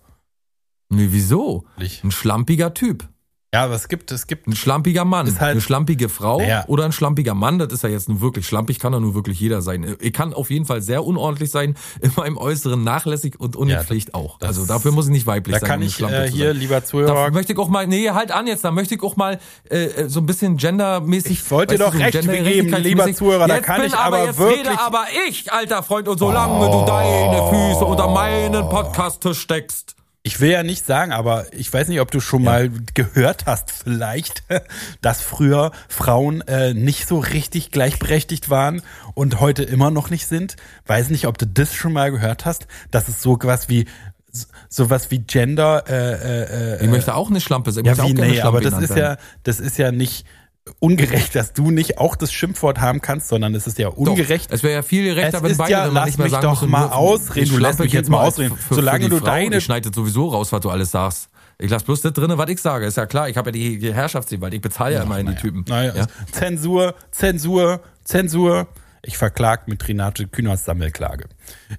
Speaker 1: Nee, wieso? Ein schlampiger Typ,
Speaker 2: Ja, aber es gibt, es gibt.
Speaker 1: ein schlampiger Mann,
Speaker 2: Ist halt-
Speaker 1: eine schlampige Frau
Speaker 2: Naja.
Speaker 1: oder ein schlampiger Mann, das ist ja jetzt nun wirklich schlampig, kann ja nun wirklich jeder sein. Ich kann auf jeden Fall sehr unordentlich sein, in meinem Äußeren nachlässig und ungepflegt auch.
Speaker 2: das-
Speaker 1: Also dafür muss ich nicht weiblich
Speaker 2: Da
Speaker 1: sein.
Speaker 2: kann
Speaker 1: eine
Speaker 2: ich
Speaker 1: Schlampe
Speaker 2: äh,
Speaker 1: zu
Speaker 2: hier,
Speaker 1: sein.
Speaker 2: lieber
Speaker 1: Da
Speaker 2: Zuhörer,
Speaker 1: möchte ich auch mal, nee, halt an jetzt, da möchte ich auch mal äh, äh, so ein bisschen gendermäßig.
Speaker 2: Ich wollte
Speaker 1: weißt du,
Speaker 2: doch
Speaker 1: so
Speaker 2: Recht
Speaker 1: gendergerechtigkeitsmäßig-
Speaker 2: geben, lieber Zuhörer, da
Speaker 1: jetzt
Speaker 2: kann
Speaker 1: bin
Speaker 2: ich aber
Speaker 1: jetzt
Speaker 2: wirklich- Oh.
Speaker 1: Rede aber ich, alter Freund, und solange du deine Füße unter meinen Podcasttisch steckst.
Speaker 2: Ich will ja nicht sagen, aber ich weiß nicht, ob du schon mal gehört hast, vielleicht, dass früher Frauen äh, nicht so richtig gleichberechtigt waren und heute immer noch nicht sind. Weiß nicht, ob du das schon mal gehört hast, dass es so was wie so was wie Gender äh, äh, äh,
Speaker 1: Ich möchte auch eine Schlampe sein. Ich
Speaker 2: ja,
Speaker 1: möchte
Speaker 2: wie,
Speaker 1: auch gerne
Speaker 2: nee,
Speaker 1: Schlampe
Speaker 2: aber das
Speaker 1: genannt
Speaker 2: ist
Speaker 1: werden.
Speaker 2: ja, das ist ja nicht ungerecht, dass du nicht auch das Schimpfwort haben kannst, sondern es ist ja
Speaker 1: Doch,
Speaker 2: ungerecht.
Speaker 1: Es wäre ja viel gerechter,
Speaker 2: Es
Speaker 1: wenn
Speaker 2: ist
Speaker 1: beide
Speaker 2: ja-
Speaker 1: dann mal
Speaker 2: lass
Speaker 1: nicht mehr
Speaker 2: mich
Speaker 1: sagen
Speaker 2: doch
Speaker 1: müssen, ne,
Speaker 2: mal
Speaker 1: nur-
Speaker 2: ausreden,
Speaker 1: ich
Speaker 2: du lässt
Speaker 1: lasse
Speaker 2: mich jetzt mal ausreden.
Speaker 1: Für, für
Speaker 2: Solange
Speaker 1: die
Speaker 2: du
Speaker 1: Frau,
Speaker 2: deine-
Speaker 1: Ich schneide sowieso raus, was du alles sagst. Ich lasse bloß das drinne, was ich sage. Ist ja klar, ich habe ja die, die Herrschaftsgewalt. Ich bezahle ja, immerhin die Typen.
Speaker 2: Naja,
Speaker 1: ja?
Speaker 2: Zensur, Zensur, Zensur. Ich verklag mit Renate Künast Sammelklage.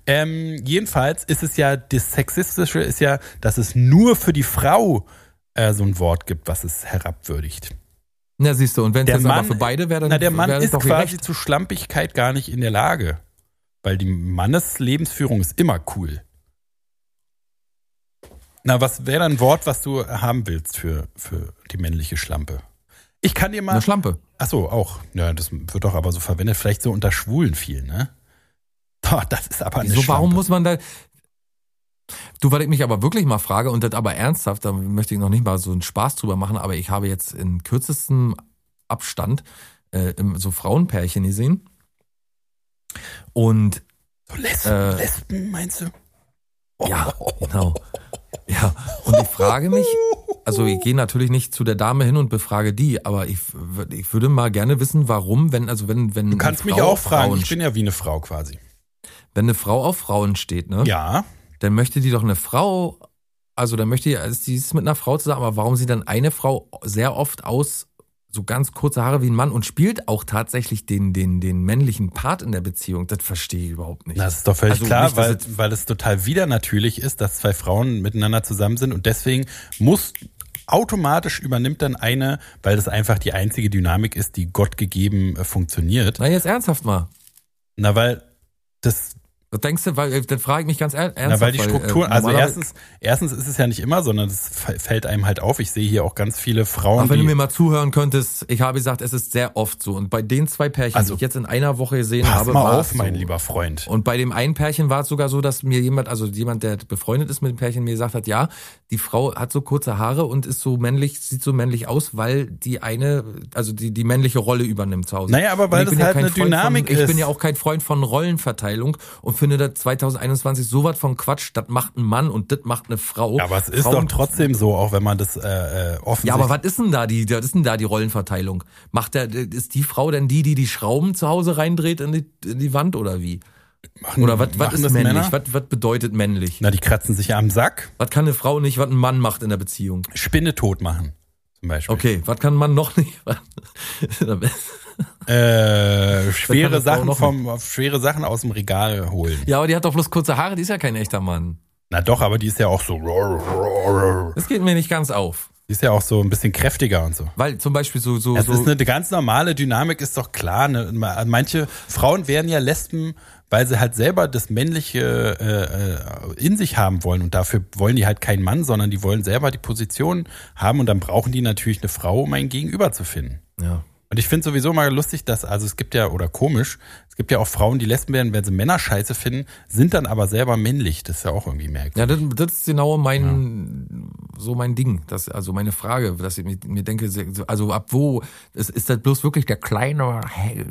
Speaker 2: Ähm, jedenfalls ist es ja, das Sexistische ist ja, dass es nur für die Frau äh, so ein Wort gibt, was es herabwürdigt.
Speaker 1: Na siehst du, und wenn es
Speaker 2: Der
Speaker 1: jetzt
Speaker 2: Mann-
Speaker 1: aber für beide wäre, dann
Speaker 2: Na, der Mann
Speaker 1: wäre das
Speaker 2: ist
Speaker 1: doch ihr
Speaker 2: quasi
Speaker 1: Recht.
Speaker 2: zu Schlampigkeit gar nicht in der Lage. Weil die Manneslebensführung ist immer cool. Na, was wäre dann ein Wort, was du haben willst für, für die männliche Schlampe? Ich kann dir mal.
Speaker 1: eine Schlampe.
Speaker 2: Ach so, auch. Ja, das wird doch aber so verwendet, vielleicht so unter Schwulen viel, ne? Boah, das ist aber eine
Speaker 1: Wieso, warum
Speaker 2: Schlampe.
Speaker 1: muss man da. Du, weil ich mich aber wirklich mal frage und das aber ernsthaft, da möchte ich noch nicht mal so einen Spaß drüber machen, aber ich habe jetzt in kürzestem Abstand äh, im- so Frauenpärchen gesehen. Und
Speaker 2: So Lesben,
Speaker 1: äh,
Speaker 2: Lesben, meinst du?
Speaker 1: Ja, genau. Ja, und ich frage mich, also ich gehe natürlich nicht zu der Dame hin und befrage die, aber ich, w- ich würde mal gerne wissen, warum, wenn, also wenn, wenn.
Speaker 2: Du kannst mich auch fragen, ich bin ja wie eine Frau quasi.
Speaker 1: wenn eine Frau auf Frauen steht, ne?
Speaker 2: Ja,
Speaker 1: Dann möchte die doch eine Frau, also dann möchte die, also sie ist mit einer Frau zusammen, aber warum sieht dann eine Frau sehr oft aus, so ganz kurze Haare wie ein Mann und spielt auch tatsächlich den, den, den männlichen Part in der Beziehung? Das verstehe ich überhaupt nicht.
Speaker 2: das ist doch völlig
Speaker 1: Also
Speaker 2: klar,
Speaker 1: nicht, dass
Speaker 2: weil,
Speaker 1: jetzt-
Speaker 2: weil es total widernatürlich ist, dass zwei Frauen miteinander zusammen sind und deswegen muss automatisch übernimmt dann eine, weil das einfach die einzige Dynamik ist, die Gott gegeben äh, funktioniert.
Speaker 1: Na, jetzt ernsthaft mal.
Speaker 2: Na, weil das
Speaker 1: Was denkst du, weil, äh, dann frage ich mich ganz ehr- ernsthaft.
Speaker 2: Na, weil die Struktur,
Speaker 1: äh,
Speaker 2: also
Speaker 1: normalerweise-
Speaker 2: erstens, erstens ist es ja nicht immer, sondern es f- fällt einem halt auf. Ich sehe hier auch ganz viele Frauen,
Speaker 1: Aber wenn du mir
Speaker 2: die,
Speaker 1: mal zuhören könntest, ich habe gesagt, es ist sehr oft so. Und bei den zwei Pärchen,
Speaker 2: Also,
Speaker 1: die ich jetzt in einer Woche gesehen
Speaker 2: pass
Speaker 1: habe,
Speaker 2: mal
Speaker 1: war
Speaker 2: auf,
Speaker 1: es
Speaker 2: mein
Speaker 1: so.
Speaker 2: lieber Freund.
Speaker 1: Und bei dem einen Pärchen war es sogar so, dass mir jemand, also jemand, der befreundet ist mit dem Pärchen, mir gesagt hat, ja, die Frau hat so kurze Haare und ist so männlich, sieht so männlich aus, weil die eine, also die, die männliche Rolle übernimmt zu Hause.
Speaker 2: Naja, aber
Speaker 1: Und
Speaker 2: weil
Speaker 1: ich bin
Speaker 2: das halt
Speaker 1: kein
Speaker 2: eine
Speaker 1: Freund
Speaker 2: Dynamik
Speaker 1: von, Ich
Speaker 2: ist.
Speaker 1: bin ja auch kein Freund von Rollenverteilung und finde das 2021 sowas von Quatsch. Das macht ein Mann und das macht eine Frau.
Speaker 2: Ja, aber es ist
Speaker 1: Frauen
Speaker 2: doch trotzdem so, auch wenn man das äh, äh, offensichtlich.
Speaker 1: ja, aber was ist denn da die, was ist denn da die Rollenverteilung? Macht der, ist die Frau denn die, die die Schrauben zu Hause reindreht in die, in die Wand oder wie?
Speaker 2: machen,
Speaker 1: Oder was, was
Speaker 2: machen
Speaker 1: ist
Speaker 2: das
Speaker 1: männlich?
Speaker 2: Männer?
Speaker 1: Was, was bedeutet männlich?
Speaker 2: Na, die kratzen sich ja am Sack,
Speaker 1: Was kann eine Frau nicht, was ein Mann macht in der Beziehung?
Speaker 2: Spinne tot machen, zum Beispiel.
Speaker 1: Okay, was kann ein Mann noch nicht?
Speaker 2: Äh,
Speaker 1: kann
Speaker 2: schwere
Speaker 1: eine Frau
Speaker 2: Sachen
Speaker 1: noch
Speaker 2: vom, schwere Sachen aus dem Regal holen.
Speaker 1: ja, aber die hat doch bloß kurze Haare, die ist ja kein echter Mann.
Speaker 2: Na doch, aber die ist ja auch so, die
Speaker 1: Das geht mir nicht ganz auf.
Speaker 2: ist ja auch so ein bisschen kräftiger und so.
Speaker 1: Weil zum Beispiel so, so,
Speaker 2: Es
Speaker 1: so
Speaker 2: ist eine ganz normale Dynamik, ist doch klar. Ne? Manche Frauen werden ja Lesben, weil sie halt selber das Männliche äh, äh, in sich haben wollen. Und dafür wollen die halt keinen Mann, sondern die wollen selber die Position haben. Und dann brauchen die natürlich eine Frau, um ein Gegenüber zu finden.
Speaker 1: ja.
Speaker 2: Und ich finde sowieso mal lustig, dass, also es gibt ja, oder komisch, es gibt ja auch Frauen, die Lesben werden, wenn sie Männer scheiße finden, sind dann aber selber männlich. Das ist ja auch irgendwie merkwürdig.
Speaker 1: Ja, das, das ist genau mein, so mein Ding, das, also meine Frage, dass ich mir, mir denke, also ab wo, ist, ist das bloß wirklich der kleine, hä-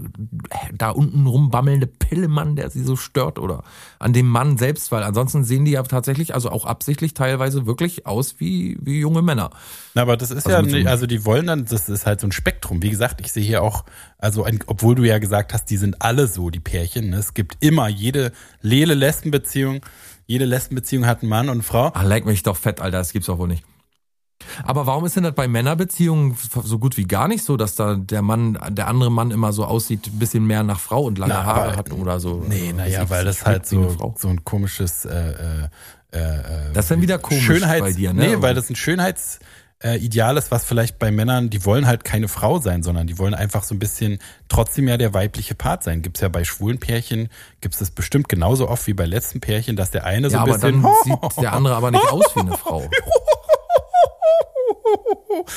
Speaker 1: hä- da unten rumbammelnde Pillemann, der sie so stört oder an dem Mann selbst, weil ansonsten sehen die ja tatsächlich, also auch absichtlich teilweise wirklich aus wie, wie junge Männer.
Speaker 2: Na, aber das ist
Speaker 1: Also
Speaker 2: ja,
Speaker 1: mit so einem-
Speaker 2: nicht, also die wollen dann, das ist halt so ein Spektrum. Wie gesagt, ich sehe hier auch, also ein, obwohl du ja gesagt hast, die sind alle so, die Pärchen. Ne? Es gibt immer jede lele Lesbenbeziehung, jede Lesbenbeziehung hat einen Mann und eine Frau.
Speaker 1: Ah, leck mich doch fett, Alter, das gibt's doch wohl nicht. Aber warum ist denn das bei Männerbeziehungen so gut wie gar nicht so, dass da der Mann, der andere Mann immer so aussieht, ein bisschen mehr nach Frau und lange
Speaker 2: Na,
Speaker 1: Haare
Speaker 2: aber-
Speaker 1: hat oder so?
Speaker 2: Nee,
Speaker 1: Also,
Speaker 2: naja,
Speaker 1: ich-
Speaker 2: weil
Speaker 1: ich
Speaker 2: das halt
Speaker 1: wie eine
Speaker 2: so,
Speaker 1: Frau.
Speaker 2: so ein komisches äh, äh, äh,
Speaker 1: Das ist dann wieder komisch
Speaker 2: Schönheits
Speaker 1: bei dir, ne?
Speaker 2: Nee, weil das ein Schönheitsideal äh, Ideal ist, was vielleicht bei Männern, die wollen halt keine Frau sein, sondern die wollen einfach so ein bisschen trotzdem ja der weibliche Part sein. Gibt's ja bei schwulen Pärchen, gibt's das bestimmt genauso oft wie bei letzten Pärchen, dass der eine so
Speaker 1: ja,
Speaker 2: ein
Speaker 1: aber
Speaker 2: bisschen
Speaker 1: dann sieht der andere aber nicht aus wie eine Frau.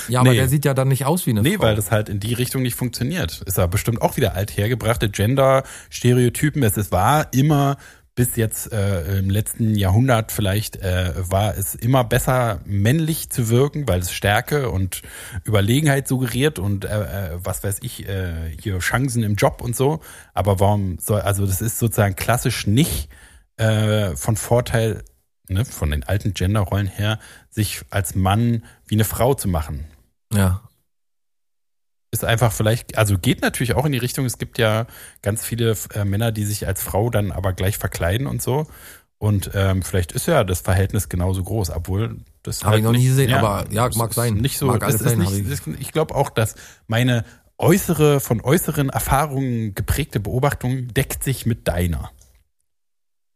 Speaker 1: Ja, aber
Speaker 2: Nee.
Speaker 1: der sieht ja dann nicht aus wie eine
Speaker 2: Nee,
Speaker 1: Frau.
Speaker 2: weil das halt in die Richtung nicht funktioniert. Ist ja bestimmt auch wieder althergebrachte Gender-Stereotypen. Es ist, war immer bis jetzt äh, im letzten Jahrhundert vielleicht äh, war es immer besser männlich zu wirken, weil es Stärke und Überlegenheit suggeriert und äh, äh, was weiß ich äh, hier Chancen im Job und so. Aber warum soll also das ist sozusagen klassisch nicht äh, von Vorteil ne, von den alten Genderrollen her sich als Mann wie eine Frau zu machen.
Speaker 1: ja.
Speaker 2: ist einfach vielleicht, also geht natürlich auch in die Richtung, es gibt ja ganz viele äh, Männer, die sich als Frau dann aber gleich verkleiden und so. Und ähm, vielleicht ist ja das Verhältnis genauso groß, obwohl das. halt
Speaker 1: Habe ich noch nie gesehen, aber ja,
Speaker 2: es
Speaker 1: mag
Speaker 2: ist
Speaker 1: sein.
Speaker 2: Nicht so,
Speaker 1: Mag
Speaker 2: das
Speaker 1: alles
Speaker 2: ist
Speaker 1: sein,
Speaker 2: nicht,
Speaker 1: habe
Speaker 2: das
Speaker 1: ich-
Speaker 2: ist, ich glaube auch, dass meine äußere, von äußeren Erfahrungen geprägte Beobachtung deckt sich mit deiner.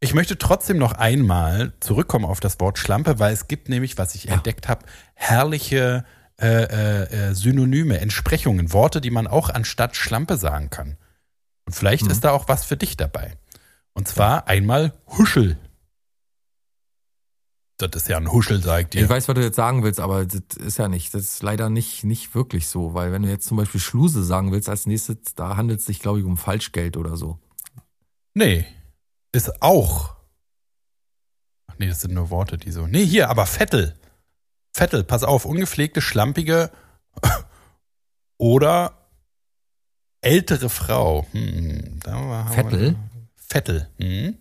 Speaker 2: Ich möchte trotzdem noch einmal zurückkommen auf das Wort Schlampe, weil es gibt nämlich, was ich entdeckt habe, herrliche äh, äh, äh, Synonyme, Entsprechungen, Worte, die man auch anstatt Schlampe sagen kann. Und vielleicht
Speaker 1: Mhm.
Speaker 2: ist da auch was für dich dabei. Und zwar einmal Huschel. Das ist ja ein Huschel, sag ich dir.
Speaker 1: Ich weiß, was du jetzt sagen willst, aber das ist ja nicht, das ist leider nicht, nicht wirklich so, weil wenn du jetzt zum Beispiel Schluse sagen willst als nächstes, da handelt es sich, glaube ich, um Falschgeld oder so.
Speaker 2: Nee, ist auch. Ach nee, das sind nur Worte, die so. Nee, hier, aber Vettel. Vettel, pass auf, ungepflegte, schlampige oder ältere Frau. Hm, da haben wir-
Speaker 1: Vettel?
Speaker 2: Vettel. Hm?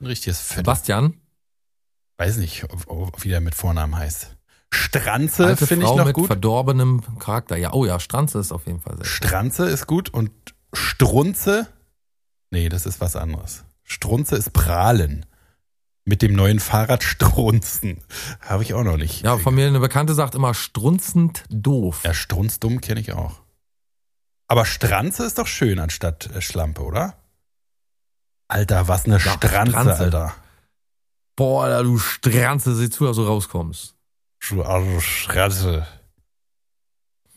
Speaker 2: Ein richtiges Vettel.
Speaker 1: Sebastian,
Speaker 2: Weiß nicht, ob, ob, wie der mit Vornamen heißt. Stranze
Speaker 1: alte
Speaker 2: finde ich
Speaker 1: Frau
Speaker 2: noch
Speaker 1: mit
Speaker 2: gut.
Speaker 1: verdorbenem Charakter. Ja, oh ja, Stranze ist auf jeden Fall sehr.
Speaker 2: Stranze ist gut und Strunze. Nee, das ist was anderes. Strunze ist prahlen. Mit dem neuen Fahrrad strunzen. Habe ich auch noch nicht.
Speaker 1: Ja, von mir eine Bekannte sagt immer strunzend doof.
Speaker 2: ja strunzdumm kenne ich auch. Aber Stranze ist doch schön anstatt äh, Schlampe, oder? Alter, was eine Stranze,
Speaker 1: Stranze.
Speaker 2: Alter.
Speaker 1: Boah, Alter, du Stranze, sieh zu, dass du rauskommst.
Speaker 2: Du arme Stranze.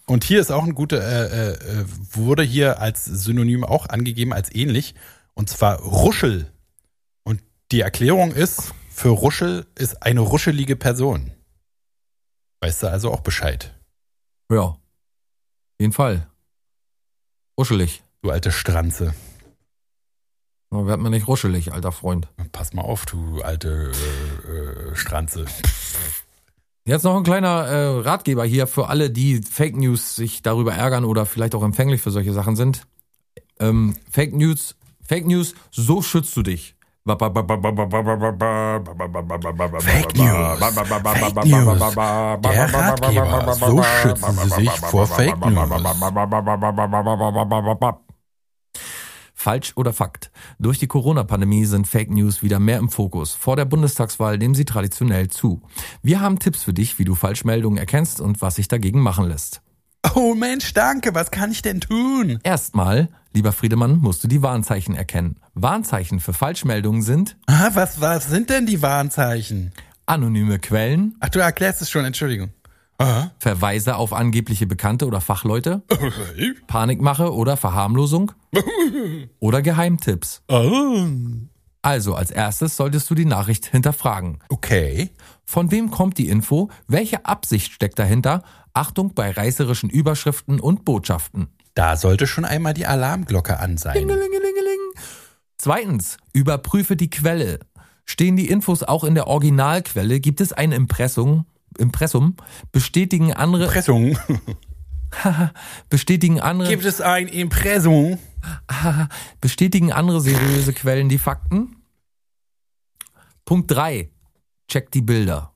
Speaker 2: Und hier ist auch ein guter, äh, äh, äh, wurde hier als Synonym auch angegeben, als ähnlich, und zwar Ruschel. Und die Erklärung ist, für Ruschel ist eine ruschelige Person. Weißt du also auch Bescheid,
Speaker 1: Ja. Auf jeden Fall. Ruschelig.
Speaker 2: du alte Stranze.
Speaker 1: Na, Werd mir nicht ruschelig, alter Freund.
Speaker 2: Pass mal auf, du alte äh, äh, Stranze.
Speaker 1: Jetzt noch ein kleiner äh, Ratgeber hier für alle, die Fake News sich darüber ärgern oder vielleicht auch empfänglich für solche Sachen sind. Ähm, Fake News, Fake News, so schützt du dich.
Speaker 2: Fake
Speaker 3: Fake
Speaker 2: News. Fake News. Der Ratgeber. So schützen Sie sich vor Fake
Speaker 3: News.
Speaker 1: Falsch oder Fakt? Durch die Corona-Pandemie sind Fake News wieder mehr im Fokus. Vor der Bundestagswahl nehmen sie traditionell zu. Wir haben Tipps für dich, wie du Falschmeldungen erkennst und was sich dagegen machen lässt.
Speaker 2: Oh Mensch, danke, was kann ich denn tun?
Speaker 1: Erstmal, lieber Friedemann, musst du die Warnzeichen erkennen. Warnzeichen für Falschmeldungen sind
Speaker 2: Ah, was, was sind denn die Warnzeichen?
Speaker 1: anonyme Quellen,
Speaker 2: Ach, du erklärst es schon, Entschuldigung. Aha.
Speaker 1: Verweise auf angebliche Bekannte oder Fachleute, Panikmache oder Verharmlosung oder Geheimtipps.
Speaker 2: Ah.
Speaker 1: Also als erstes solltest du die Nachricht hinterfragen.
Speaker 2: Okay.
Speaker 1: Von wem kommt die Info? Welche Absicht steckt dahinter? Achtung bei reißerischen Überschriften und Botschaften.
Speaker 2: Da sollte schon einmal die Alarmglocke an sein.
Speaker 1: Klingelingelingeling. Zweitens, überprüfe die Quelle. Stehen die Infos auch in der Originalquelle? Gibt es ein Impressum? Impressum? Bestätigen andere,
Speaker 2: Impressum.
Speaker 1: bestätigen andere,
Speaker 2: Gibt es ein Impressum?
Speaker 1: bestätigen andere seriöse Quellen die Fakten? Punkt drei: Check die Bilder.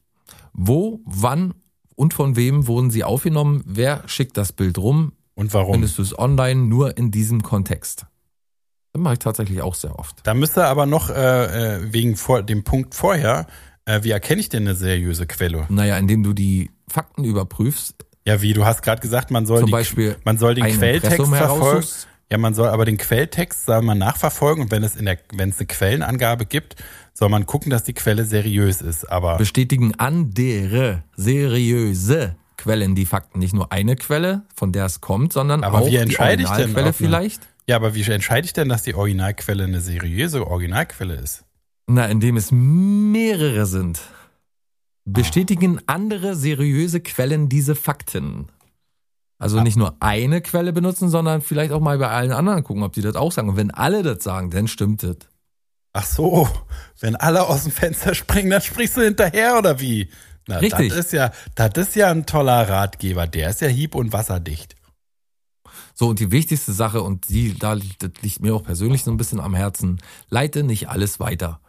Speaker 1: Wo, wann und von wem wurden sie aufgenommen? Wer schickt das Bild rum?
Speaker 2: Und warum?
Speaker 1: Findest du es online nur in diesem Kontext? Das mache ich tatsächlich auch sehr oft.
Speaker 2: Da müsste aber noch äh, äh, wegen vor, dem Punkt vorher, äh, wie erkenne ich denn eine seriöse Quelle?
Speaker 1: Naja, indem du die Fakten überprüfst,
Speaker 2: Ja, wie du hast gerade gesagt, man soll
Speaker 1: Zum
Speaker 2: die,
Speaker 1: Beispiel
Speaker 2: man soll den
Speaker 1: ein
Speaker 2: Quelltext
Speaker 1: Impressum
Speaker 2: verfolgen.
Speaker 1: heraussuchst.
Speaker 2: Ja, man soll aber den Quelltext soll man nachverfolgen und wenn es in der wenn es eine Quellenangabe gibt, soll man gucken, dass die Quelle seriös ist. Aber
Speaker 1: bestätigen andere seriöse Quellen die Fakten. Nicht nur eine Quelle, von der es kommt, sondern
Speaker 2: Aber
Speaker 1: auch
Speaker 2: wie entscheide ich
Speaker 1: die
Speaker 2: denn, ob
Speaker 1: Originalquelle
Speaker 2: eine-
Speaker 1: vielleicht.
Speaker 2: ja, aber wie entscheide ich denn, dass die Originalquelle eine seriöse Originalquelle ist?
Speaker 1: Na, indem es mehrere sind. Bestätigen andere seriöse Quellen diese Fakten. Also nicht nur eine Quelle benutzen, sondern vielleicht auch mal bei allen anderen gucken, ob die das auch sagen. Und wenn alle das sagen, dann stimmt das.
Speaker 2: Ach so, wenn alle aus dem Fenster springen, dann springst du hinterher oder wie? Na,
Speaker 1: Richtig.
Speaker 2: Das ist ja, das ist ja ein toller Ratgeber. Der ist ja hieb- und wasserdicht.
Speaker 1: So, und die wichtigste Sache, und die, da liegt, das liegt mir auch persönlich so ein bisschen am Herzen, leite nicht alles weiter.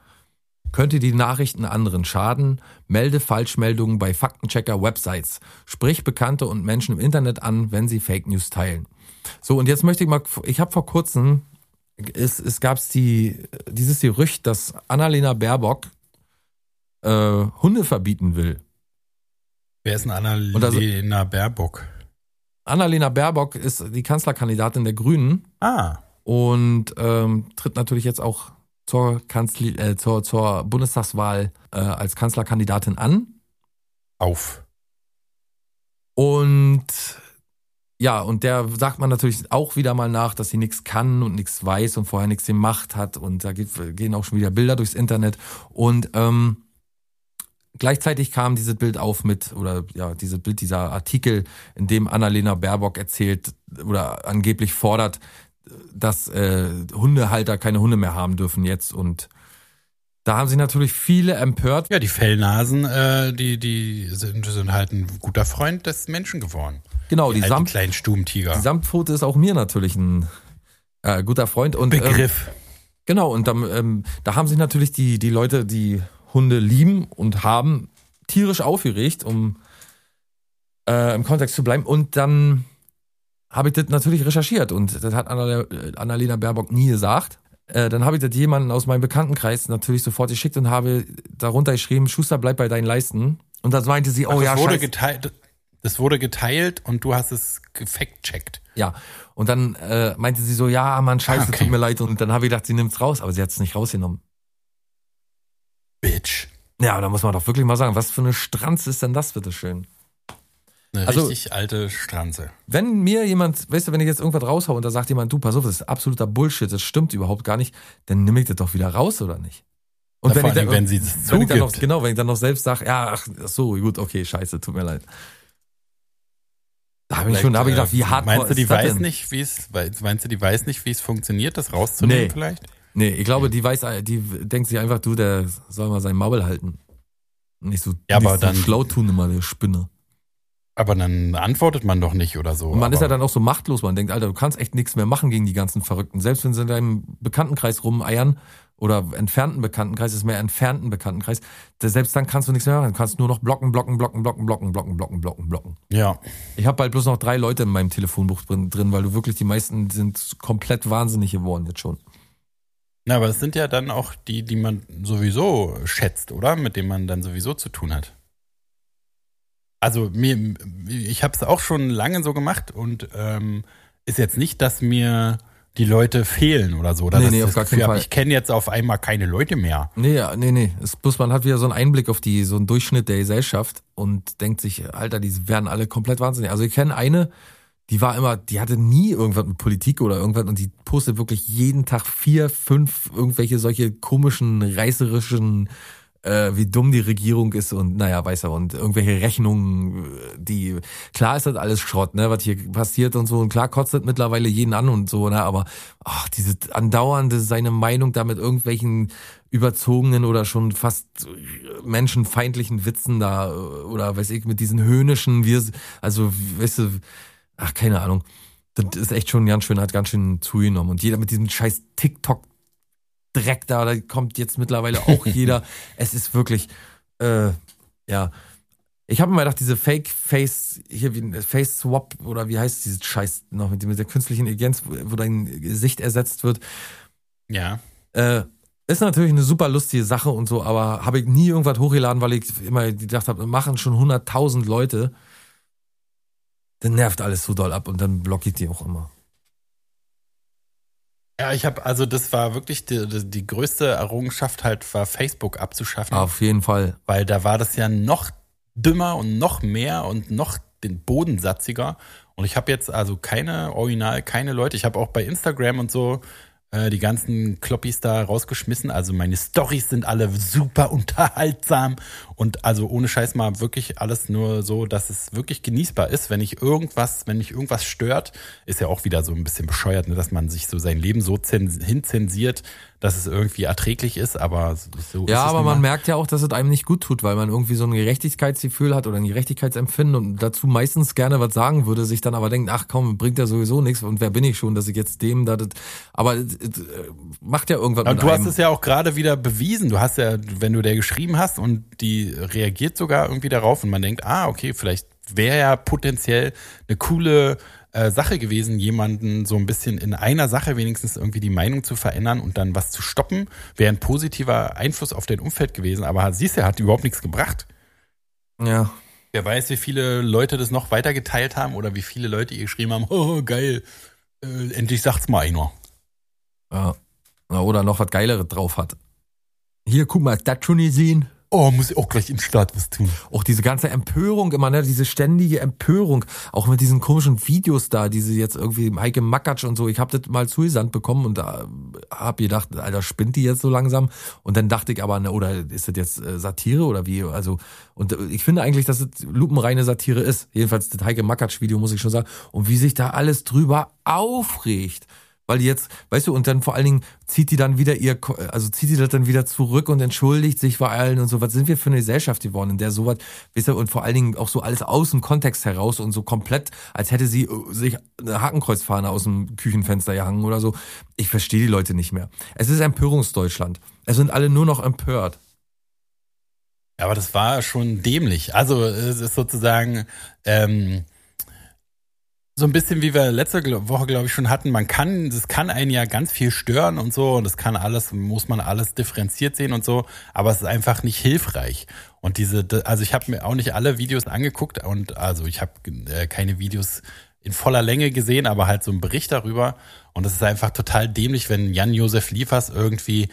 Speaker 1: könnte die Nachrichten anderen schaden, melde Falschmeldungen bei Faktenchecker-Websites, sprich Bekannte und Menschen im Internet an, wenn sie Fake News teilen. So, und jetzt möchte ich mal, ich habe vor kurzem, es, es gab die, dieses Gerücht, dass Annalena Baerbock äh, Hunde verbieten will.
Speaker 2: Wer ist denn Annalena Baerbock?
Speaker 1: Annalena Baerbock ist die Kanzlerkandidatin der Grünen
Speaker 2: Ah,
Speaker 1: und ähm, tritt natürlich jetzt auch zur, Kanzli äh, zur, zur Bundestagswahl äh, als Kanzlerkandidatin an.
Speaker 2: auf.
Speaker 1: Und ja, und der sagt man natürlich auch wieder mal nach, dass sie nichts kann und nichts weiß und vorher nichts gemacht hat. Und da geht, gehen auch schon wieder Bilder durchs Internet. Und ähm, gleichzeitig kam dieses Bild auf mit, oder ja, dieses Bild, dieser Artikel, in dem Annalena Baerbock erzählt oder angeblich fordert, dass äh, Hundehalter keine Hunde mehr haben dürfen jetzt. Und da haben sich natürlich viele empört.
Speaker 2: Ja, die Fellnasen, äh, die, die sind, sind halt ein guter Freund des Menschen geworden.
Speaker 1: Genau, die,
Speaker 2: Alten
Speaker 1: Samt,
Speaker 2: kleinen Stubentiger.
Speaker 1: die Samtpfote ist auch mir natürlich ein äh, guter Freund. Und, ähm,
Speaker 2: Begriff.
Speaker 1: Genau, und dann, ähm, da haben sich natürlich die, die Leute, die Hunde lieben und haben, tierisch aufgeregt, um äh, im Kontext zu bleiben. Und dann habe ich das natürlich recherchiert und das hat Annale- äh, Annalena Baerbock nie gesagt. Äh, dann habe ich das jemanden aus meinem Bekanntenkreis natürlich sofort geschickt und habe darunter geschrieben, Schuster, bleib bei deinen Leisten. Und das meinte sie, oh
Speaker 2: das,
Speaker 1: ja,
Speaker 2: Also wurde
Speaker 1: scheiße.
Speaker 2: geteilt, das wurde geteilt und du hast es gefact-checkt.
Speaker 1: Ja, und dann äh, meinte sie so, ja, Mann, scheiße,
Speaker 2: Ah, okay.
Speaker 1: tut mir leid. Und dann habe ich gedacht, sie nimmt's raus, aber sie hat's nicht rausgenommen.
Speaker 2: Bitch.
Speaker 1: Ja, da muss man doch wirklich mal sagen, was für eine Stranz ist denn das, bitteschön?
Speaker 2: Eine
Speaker 1: Also-
Speaker 2: richtig alte Stranze.
Speaker 1: Wenn mir jemand, weißt du, wenn ich jetzt irgendwas raushaue und da sagt jemand, du, pass auf, das ist absoluter Bullshit, das stimmt überhaupt gar nicht, dann nehme ich das doch wieder raus, oder nicht?
Speaker 2: Na, vor allen Dingen, wenn sie es
Speaker 1: ich dann noch,
Speaker 2: zugibt.
Speaker 1: genau, wenn ich dann noch selbst sage, ja, ach ach so, gut, okay, scheiße, tut mir leid. Da habe ich schon, da habe ich gedacht, wie hart
Speaker 2: äh, Meinst du, die
Speaker 1: ist das
Speaker 2: weiß
Speaker 1: denn?
Speaker 2: nicht, wie es, meinst du, die weiß nicht, wie es funktioniert, das rauszunehmen
Speaker 1: Nee.
Speaker 2: vielleicht?
Speaker 1: Nee, ich glaube, die weiß, die denkt sich einfach, du, der soll mal sein Maul halten. Nicht so,
Speaker 2: Ja,
Speaker 1: nicht
Speaker 2: aber
Speaker 1: so
Speaker 2: dann-
Speaker 1: schlau tun immer, der Spinner.
Speaker 2: Aber dann antwortet man doch nicht oder so.
Speaker 1: Und man
Speaker 2: aber
Speaker 1: ist ja dann auch so machtlos, man denkt, Alter, du kannst echt nichts mehr machen gegen die ganzen Verrückten. Selbst wenn sie in deinem Bekanntenkreis rumeiern oder entfernten Bekanntenkreis, ist mehr entfernten Bekanntenkreis, da- selbst dann kannst du nichts mehr machen. Du kannst nur noch blocken, blocken, blocken, blocken, blocken, blocken, blocken, blocken, blocken.
Speaker 2: ja.
Speaker 1: Ich habe bald bloß noch drei Leute in meinem Telefonbuch drin, drin, weil du wirklich, die meisten sind komplett wahnsinnig geworden jetzt schon.
Speaker 2: Na, aber es sind ja dann auch die, die man sowieso schätzt, oder? Mit denen man dann sowieso zu tun hat. Also mir, ich habe es auch schon lange so gemacht und ähm, ist jetzt nicht, dass mir die Leute fehlen oder so. Oder
Speaker 1: Nee,
Speaker 2: dass
Speaker 1: nee,
Speaker 2: ich
Speaker 1: auf
Speaker 2: das
Speaker 1: gar
Speaker 2: Gefühl
Speaker 1: keinen
Speaker 2: hab,
Speaker 1: Fall.
Speaker 2: Ich kenne jetzt auf einmal keine Leute mehr.
Speaker 1: Nee, ja, nee, nee. Es, bloß man hat wieder so einen Einblick auf die, so einen Durchschnitt der Gesellschaft und denkt sich, Alter, die werden alle komplett wahnsinnig. Also ich kenne eine, die war immer, die hatte nie irgendwas mit Politik oder irgendwas und die postet wirklich jeden Tag vier, fünf irgendwelche solche komischen, reißerischen, äh, wie dumm die Regierung ist und naja, weiß er, und irgendwelche Rechnungen, äh, die, klar ist das alles Schrott, ne, was hier passiert und so und klar kotzt das mittlerweile jeden an und so, ne, aber ach, diese andauernde, seine Meinung da mit irgendwelchen überzogenen oder schon fast äh, menschenfeindlichen Witzen da äh, oder weiß ich, mit diesen höhnischen, wir, also, weißt du, ach, keine Ahnung. Das ist echt schon ganz schön, hat ganz schön zugenommen. Und jeder mit diesem scheiß TikTok-Dreck da, da kommt jetzt mittlerweile auch jeder. Es ist wirklich, äh, ja. Ich habe immer gedacht, diese Fake-Face, hier wie ein Face-Swap oder wie heißt dieses Scheiß noch mit, dem- mit der künstlichen Intelligenz, wo wo dein Gesicht ersetzt wird,
Speaker 2: Ja.
Speaker 1: äh, ist natürlich eine super lustige Sache und so, aber habe ich nie irgendwas hochgeladen, weil ich immer gedacht habe, machen schon 100.000 Leute. Dann nervt alles so doll ab und dann blockiert die auch immer.
Speaker 2: Ja, ich habe, also das war wirklich die, die, die größte Errungenschaft halt, war Facebook abzuschaffen.
Speaker 1: Auf jeden Fall.
Speaker 2: weil da war das ja noch dümmer und noch mehr und noch den bodensatziger. Und ich habe jetzt also keine Original, keine Leute. Ich habe auch bei Instagram und so äh, die ganzen Kloppis da rausgeschmissen. Also meine Stories sind alle super unterhaltsam und also ohne Scheiß mal wirklich alles nur so, dass es wirklich genießbar ist, wenn ich irgendwas, wenn mich irgendwas stört, ist ja auch wieder so ein bisschen bescheuert, ne, dass man sich so sein Leben so zens- hinzensiert, dass es irgendwie erträglich ist, aber so
Speaker 1: Ja,
Speaker 2: ist es
Speaker 1: aber
Speaker 2: nun mal.
Speaker 1: man merkt ja auch, dass es einem nicht gut tut, weil man irgendwie so ein Gerechtigkeitsgefühl hat oder ein Gerechtigkeitsempfinden und dazu meistens gerne was sagen würde, sich dann aber denkt, ach komm, bringt ja sowieso nichts und wer bin ich schon, dass ich jetzt dem da das. Aber äh, macht ja irgendwann
Speaker 2: Aber
Speaker 1: mit
Speaker 2: du hast
Speaker 1: einem.
Speaker 2: es ja auch gerade wieder bewiesen. Du hast ja, wenn du der geschrieben hast und die reagiert sogar irgendwie darauf und man denkt, ah, okay, vielleicht wäre ja potenziell eine coole äh, Sache gewesen, jemanden so ein bisschen in einer Sache wenigstens irgendwie die Meinung zu verändern und dann was zu stoppen, wäre ein positiver Einfluss auf dein Umfeld gewesen. Aber siehst du, hat überhaupt nichts gebracht.
Speaker 1: ja.
Speaker 2: Wer weiß, wie viele Leute das noch weiter geteilt haben oder wie viele Leute ihr geschrieben haben, oh, geil, äh, endlich sagt's mal einer.
Speaker 1: ja. Na, Oder noch was Geileres drauf hat. Hier, guck mal, hast du das schon gesehen?
Speaker 2: Oh, muss ich auch gleich im Start was tun.
Speaker 1: Auch diese ganze Empörung immer, ne? Diese ständige Empörung. Auch mit diesen komischen Videos da, diese jetzt irgendwie Heike Makatsch und so. Ich habe das mal zugesandt bekommen und da habe gedacht, Alter, spinnt die jetzt so langsam? Und dann dachte ich aber, ne, oder ist das jetzt äh, Satire oder wie? Also, und äh, ich finde eigentlich, dass es lupenreine Satire ist. Jedenfalls das Heike Makatsch-Video, muss ich schon sagen. Und wie sich da alles drüber aufregt. Weil die jetzt, weißt du, und dann vor allen Dingen zieht die dann wieder ihr, Ko- also zieht die das dann wieder zurück und entschuldigt sich bei allen und so. Was sind wir für eine Gesellschaft geworden, in der sowas, weißt du, und vor allen Dingen auch so alles aus dem Kontext heraus und so komplett, als hätte sie äh, sich eine Hakenkreuzfahne aus dem Küchenfenster gehangen oder so. Ich verstehe die Leute nicht mehr. Es ist Empörungsdeutschland. Es sind alle nur noch empört.
Speaker 2: Ja, aber das war schon dämlich. Also es ist sozusagen ähm, so ein bisschen, wie wir letzte Gl- Woche, glaube ich, schon hatten. Man kann, das kann einen ja ganz viel stören und so. Und das kann alles, muss man alles differenziert sehen und so. Aber es ist einfach nicht hilfreich. Und diese, d- also ich habe mir auch nicht alle Videos angeguckt und also ich habe äh, keine Videos in voller Länge gesehen, aber halt so einen Bericht darüber. Und es ist einfach total dämlich, wenn Jan-Josef Liefers irgendwie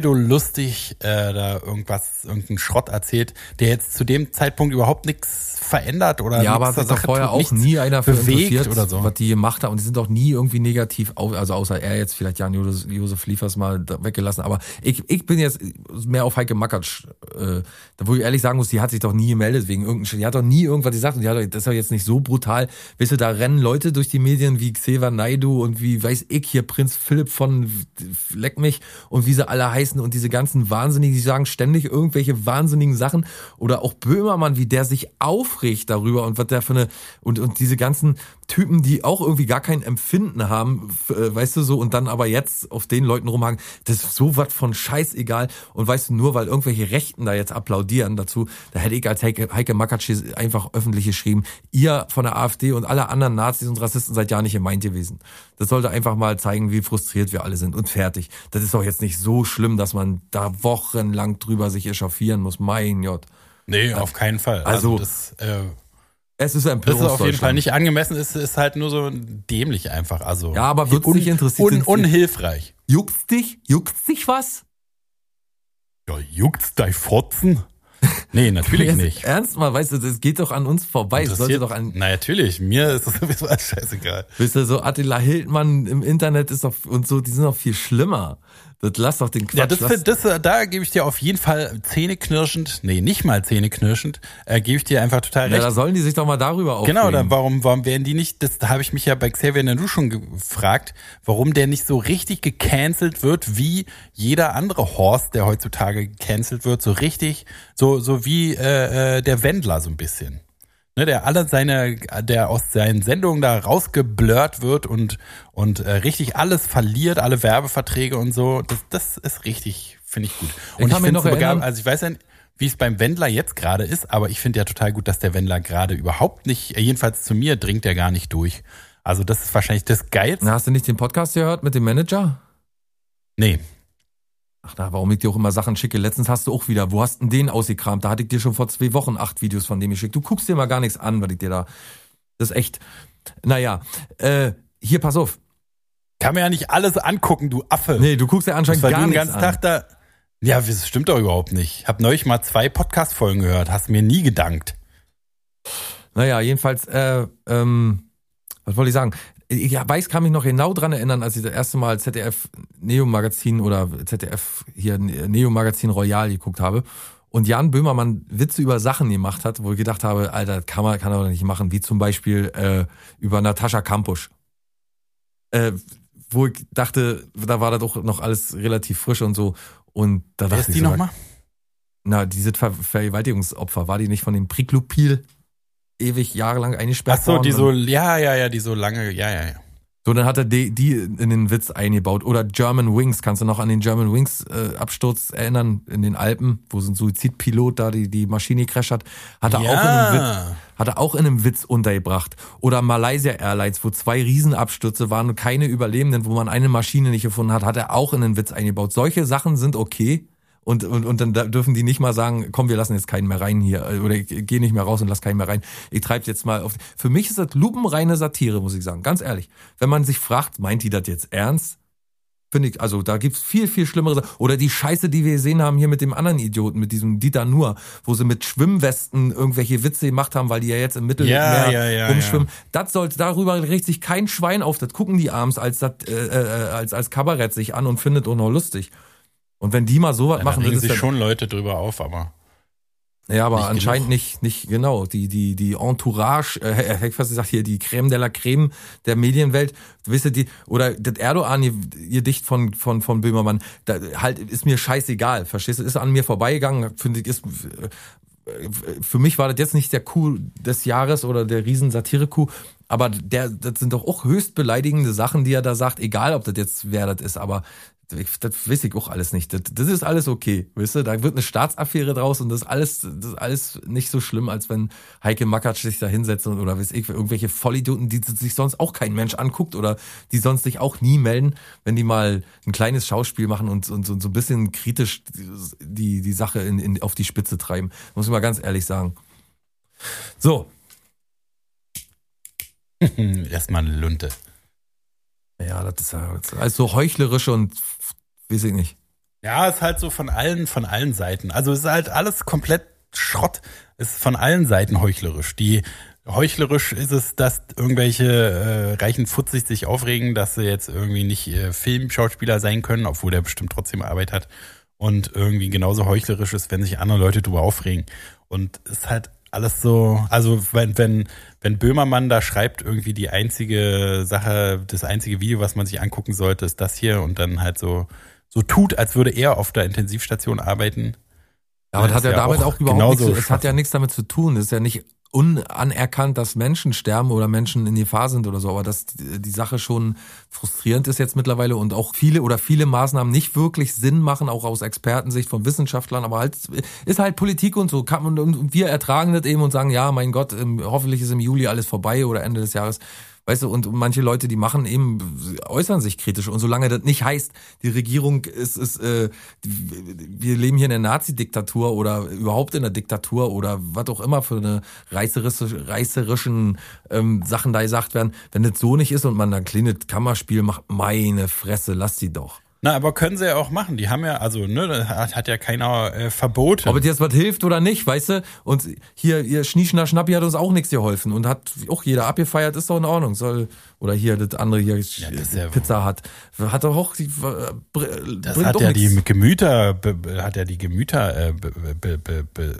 Speaker 2: pseudo-lustig äh, da irgendwas, irgendeinen Schrott erzählt, der jetzt zu dem Zeitpunkt überhaupt nichts verändert oder
Speaker 1: Ja,
Speaker 2: nichts
Speaker 1: aber es
Speaker 2: zur
Speaker 1: ist doch
Speaker 2: Sache
Speaker 1: vorher
Speaker 2: tut,
Speaker 1: auch
Speaker 2: nichts
Speaker 1: nie einer für
Speaker 2: bewegt
Speaker 1: interessiert,
Speaker 2: oder so.
Speaker 1: was die gemacht haben. Und die sind auch nie irgendwie negativ, auf, also außer er jetzt vielleicht Jan Josef, Josef Liefers mal da weggelassen. Aber ich, ich bin jetzt mehr auf Heike Mackatsch, äh, da wo ich ehrlich sagen muss, die hat sich doch nie gemeldet wegen irgendeinem Shit. Die hat doch nie irgendwas gesagt und die hat doch, das ist doch jetzt nicht so brutal. Weißt du, da rennen Leute durch die Medien wie Xaver Naidu und wie weiß ich hier Prinz Philipp von Leck mich und wie sie alle heißen und diese ganzen Wahnsinnigen, die sagen ständig irgendwelche wahnsinnigen Sachen oder auch Böhmermann, wie der sich aufregt darüber und was der für eine und und diese ganzen Typen, die auch irgendwie gar kein Empfinden haben, f- äh, weißt du so und dann aber jetzt auf den Leuten rumhaken, das ist so was von scheißegal und weißt du nur, weil irgendwelche Rechten da jetzt applaudieren dazu, da hätte ich als Heike, Heike Makatsch einfach öffentlich geschrieben, ihr von der AfD und alle anderen Nazis und Rassisten seid ja nicht gemeint gewesen. Das sollte einfach mal zeigen, wie frustriert wir alle sind und fertig. Das ist doch jetzt nicht so schlimm, dass man da wochenlang drüber sich echauffieren muss. Mein Gott.
Speaker 2: Nee, auf keinen Fall.
Speaker 1: Also-
Speaker 2: das, äh,
Speaker 1: Es ist
Speaker 2: das ist
Speaker 1: Empörungsdeutschland.
Speaker 2: auf jeden Fall nicht angemessen, ist, ist halt nur so dämlich einfach. Also
Speaker 1: Ja, aber wird's dich interessiert,
Speaker 2: Un,
Speaker 1: sind's die-
Speaker 2: unhilfreich.
Speaker 1: Juckt's dich? Juckt's dich was?
Speaker 2: Ja, juckt's dein Fotzen? Nee, natürlich
Speaker 1: Jetzt
Speaker 2: nicht.
Speaker 1: Ernst mal, weißt du, das geht doch an uns vorbei. Es sollte
Speaker 2: Interessiert-
Speaker 1: doch an,
Speaker 2: Na natürlich, mir ist das sowieso alles scheißegal.
Speaker 1: wisst ihr, so Attila Hildmann im Internet ist doch, und so, die sind doch viel schlimmer. Das lass doch den Quatsch.
Speaker 2: Ja, das,
Speaker 1: lass,
Speaker 2: das, äh, da gebe ich dir auf jeden Fall zähneknirschend, nee, nicht mal zähneknirschend, äh, gebe ich dir einfach total
Speaker 1: ja,
Speaker 2: recht.
Speaker 1: da sollen die sich doch mal darüber aufregen.
Speaker 2: Genau, dann warum, warum werden die nicht, das da habe ich mich ja bei Xavier Nadu schon gefragt, warum der nicht so richtig gecancelt wird, wie jeder andere Horst, der heutzutage gecancelt wird, so richtig, so, so wie äh, äh, der Wendler so ein bisschen. Ne, der alle seine, der aus seinen Sendungen da rausgeblurrt wird und, und äh, richtig alles verliert, alle Werbeverträge und so. Das, das ist richtig, finde ich gut. Und
Speaker 1: kann mich
Speaker 2: find's
Speaker 1: noch
Speaker 2: sogar-
Speaker 1: erinnern-
Speaker 2: also ich weiß ja, wie es beim Wendler jetzt gerade ist, aber ich finde ja total gut, dass der Wendler gerade überhaupt nicht, äh, jedenfalls zu mir dringt er gar nicht durch. Also das ist wahrscheinlich das Geilste.
Speaker 1: Na, hast du nicht den Podcast gehört mit dem Manager?
Speaker 2: Nee,
Speaker 1: Ach, na, warum ich dir auch immer Sachen schicke? Letztens hast du auch wieder, wo hast denn den ausgekramt? Da hatte ich dir schon vor zwei Wochen acht Videos von dem geschickt. Du guckst dir mal gar nichts an, was ich dir da. Das ist echt. Naja, äh, hier, pass auf.
Speaker 2: kann mir ja nicht alles angucken, du Affe.
Speaker 1: Nee, du guckst ja
Speaker 2: Äh. das
Speaker 1: anscheinend
Speaker 2: war
Speaker 1: gar
Speaker 2: du den
Speaker 1: nichts
Speaker 2: ganzen
Speaker 1: an.
Speaker 2: Tag da. Ja, das stimmt doch überhaupt nicht. Hab neulich mal zwei Podcast-Folgen gehört, hast mir nie gedankt.
Speaker 1: Naja, jedenfalls, äh, ähm, was wollte ich sagen? Ich weiß, kann mich noch genau dran erinnern, als ich das erste Mal ZDF Neo Magazin oder ZDF hier Neo Magazin Royal geguckt habe und Jan Böhmermann Witze über Sachen gemacht hat, wo ich gedacht habe, Alter, das kann man kann er doch nicht machen, wie zum Beispiel äh, über Natascha Kampusch. Äh, wo ich dachte, da war das doch noch alles relativ frisch und so. Und da
Speaker 2: Wer
Speaker 1: dachte
Speaker 2: ist
Speaker 1: ich
Speaker 2: die
Speaker 1: so,
Speaker 2: nochmal?
Speaker 1: na, dieses Ver Vergewaltigungsopfer, war die nicht von dem Priklopil ewig jahrelang eingesperrt
Speaker 2: Ach so, die
Speaker 1: worden?
Speaker 2: so, ja, ja, ja, die so lange, ja, ja, ja.
Speaker 1: So, dann hat er die, die in den Witz eingebaut. Oder German Wings. Kannst du noch an den German Wings äh, Absturz erinnern in den Alpen, wo so ein Suizidpilot da die, die Maschine crasht hat? Hat er, auch in einem Witz, hat er auch in einem Witz untergebracht. Oder Malaysia Airlines, wo zwei Riesenabstürze waren und keine Überlebenden, wo man eine Maschine nicht gefunden hat, hat er auch in den Witz eingebaut. Solche Sachen sind okay. Und, und, und dann da- dürfen die nicht mal sagen, komm, wir lassen jetzt keinen mehr rein hier. äh, Oder ich gehe nicht mehr raus und lass keinen mehr rein. Ich treib's jetzt mal auf. Für mich ist das lupenreine Satire, muss ich sagen. Ganz ehrlich. Wenn man sich fragt, meint die das jetzt ernst? Finde ich, also da gibt's viel, viel schlimmere Sachen. Oder die Scheiße, die wir gesehen haben hier mit dem anderen Idioten, mit diesem Dieter Nuhr, wo sie mit Schwimmwesten irgendwelche Witze gemacht haben, weil die ja jetzt im Mittelmeer
Speaker 2: ja, ja,
Speaker 1: rumschwimmen. Das sollte, darüber regt sich kein Schwein auf. Das gucken die abends als, Sat- äh, äh, als, als Kabarett sich an und findet auch noch lustig. Und wenn die mal sowas
Speaker 2: Da
Speaker 1: machen,
Speaker 2: regen
Speaker 1: das ist
Speaker 2: sich
Speaker 1: dann,
Speaker 2: schon Leute drüber auf, aber
Speaker 1: ja, aber
Speaker 2: nicht
Speaker 1: anscheinend nicht, nicht genau. Die, die, die Entourage, äh, hätte ich fast gesagt, hier die Creme de la Creme der Medienwelt, wisst ihr, die, oder das Erdogan-Gedicht von, von, von Böhmermann, da, halt, ist mir scheißegal, verstehst du, ist an mir vorbeigegangen, finde ich, ist, äh, für mich war das jetzt nicht der Coup des Jahres oder der riesen Satire-Coup, aber der, das sind doch auch höchst beleidigende Sachen, die er da sagt, egal ob das jetzt wer das ist, aber ich- das weiß ich auch alles nicht. Das, das ist alles okay, weißt du? Da wird eine Staatsaffäre draus und das ist alles, das ist alles nicht so schlimm, als wenn Heike Makatsch sich da hinsetzt und, oder weiß ich, irgendwelche Vollidioten, die sich sonst auch kein Mensch anguckt oder die sonst sich auch nie melden, wenn die mal ein kleines Schauspiel machen und, und, so- so ein bisschen kritisch die, die Sache in, in, auf die Spitze treiben. Muss ich mal ganz ehrlich sagen. So.
Speaker 2: erstmal eine Lunte.
Speaker 1: Ja, das ist ja das ist alles so also heuchlerisch und f- weiß ich nicht.
Speaker 2: Ja, ist halt so von allen, von allen Seiten. Also es ist halt alles komplett Schrott. Es ist von allen Seiten heuchlerisch. Die heuchlerisch ist es, dass irgendwelche äh, reichen Futzig sich aufregen, dass sie jetzt irgendwie nicht äh, Filmschauspieler sein können, obwohl der bestimmt trotzdem Arbeit hat. Und irgendwie genauso heuchlerisch ist, wenn sich andere Leute drüber aufregen. Und es ist halt alles so, also wenn, wenn, wenn Böhmermann da schreibt, irgendwie die einzige Sache, das einzige Video, was man sich angucken sollte, ist das hier und dann halt so, so tut, als würde er auf der Intensivstation arbeiten.
Speaker 1: Ja, aber das
Speaker 2: Ja,
Speaker 1: hat ja,
Speaker 2: ist ja
Speaker 1: damit
Speaker 2: auch
Speaker 1: auch überhaupt nichts,
Speaker 2: genauso
Speaker 1: zu- es hat
Speaker 2: Schwachsinn.
Speaker 1: ja nichts damit zu tun. Es ist ja nicht unanerkannt, dass Menschen sterben oder Menschen in Gefahr sind oder so, aber dass die die Sache schon frustrierend ist jetzt mittlerweile und auch viele oder viele Maßnahmen nicht wirklich Sinn machen, auch aus Expertensicht von Wissenschaftlern, aber halt ist halt Politik und so. Kann, und, und wir ertragen das eben und sagen, ja, mein Gott, im, hoffentlich ist im Juli alles vorbei oder Ende des Jahres. Weißt du, und manche Leute, die machen eben, äußern sich kritisch. Und solange das nicht heißt, die Regierung ist, ist äh, wir leben hier in der Nazi-Diktatur oder überhaupt in der Diktatur oder was auch immer für eine reißerische, reißerischen ähm, Sachen da gesagt werden. Wenn das so nicht ist und man dann kleines Kammerspiel macht, meine Fresse, lass die doch.
Speaker 2: Na, aber können sie ja auch machen. Die haben ja, also, ne, da hat, hat ja keiner äh, Verbote.
Speaker 1: Ob es jetzt was hilft oder nicht, weißt du? Und hier, ihr Schnieschner Schnappi hat uns auch nichts geholfen und hat auch jeder abgefeiert, ist doch in Ordnung. Soll, oder hier, das andere hier,
Speaker 2: das ist ja-
Speaker 1: Pizza hat. Hat doch auch, die, äh, br-
Speaker 2: das
Speaker 1: bringt
Speaker 2: hat
Speaker 1: doch
Speaker 2: ja,
Speaker 1: nichts.
Speaker 2: die Gemüter, be, be, hat ja die Gemüter äh, be, be, be, be,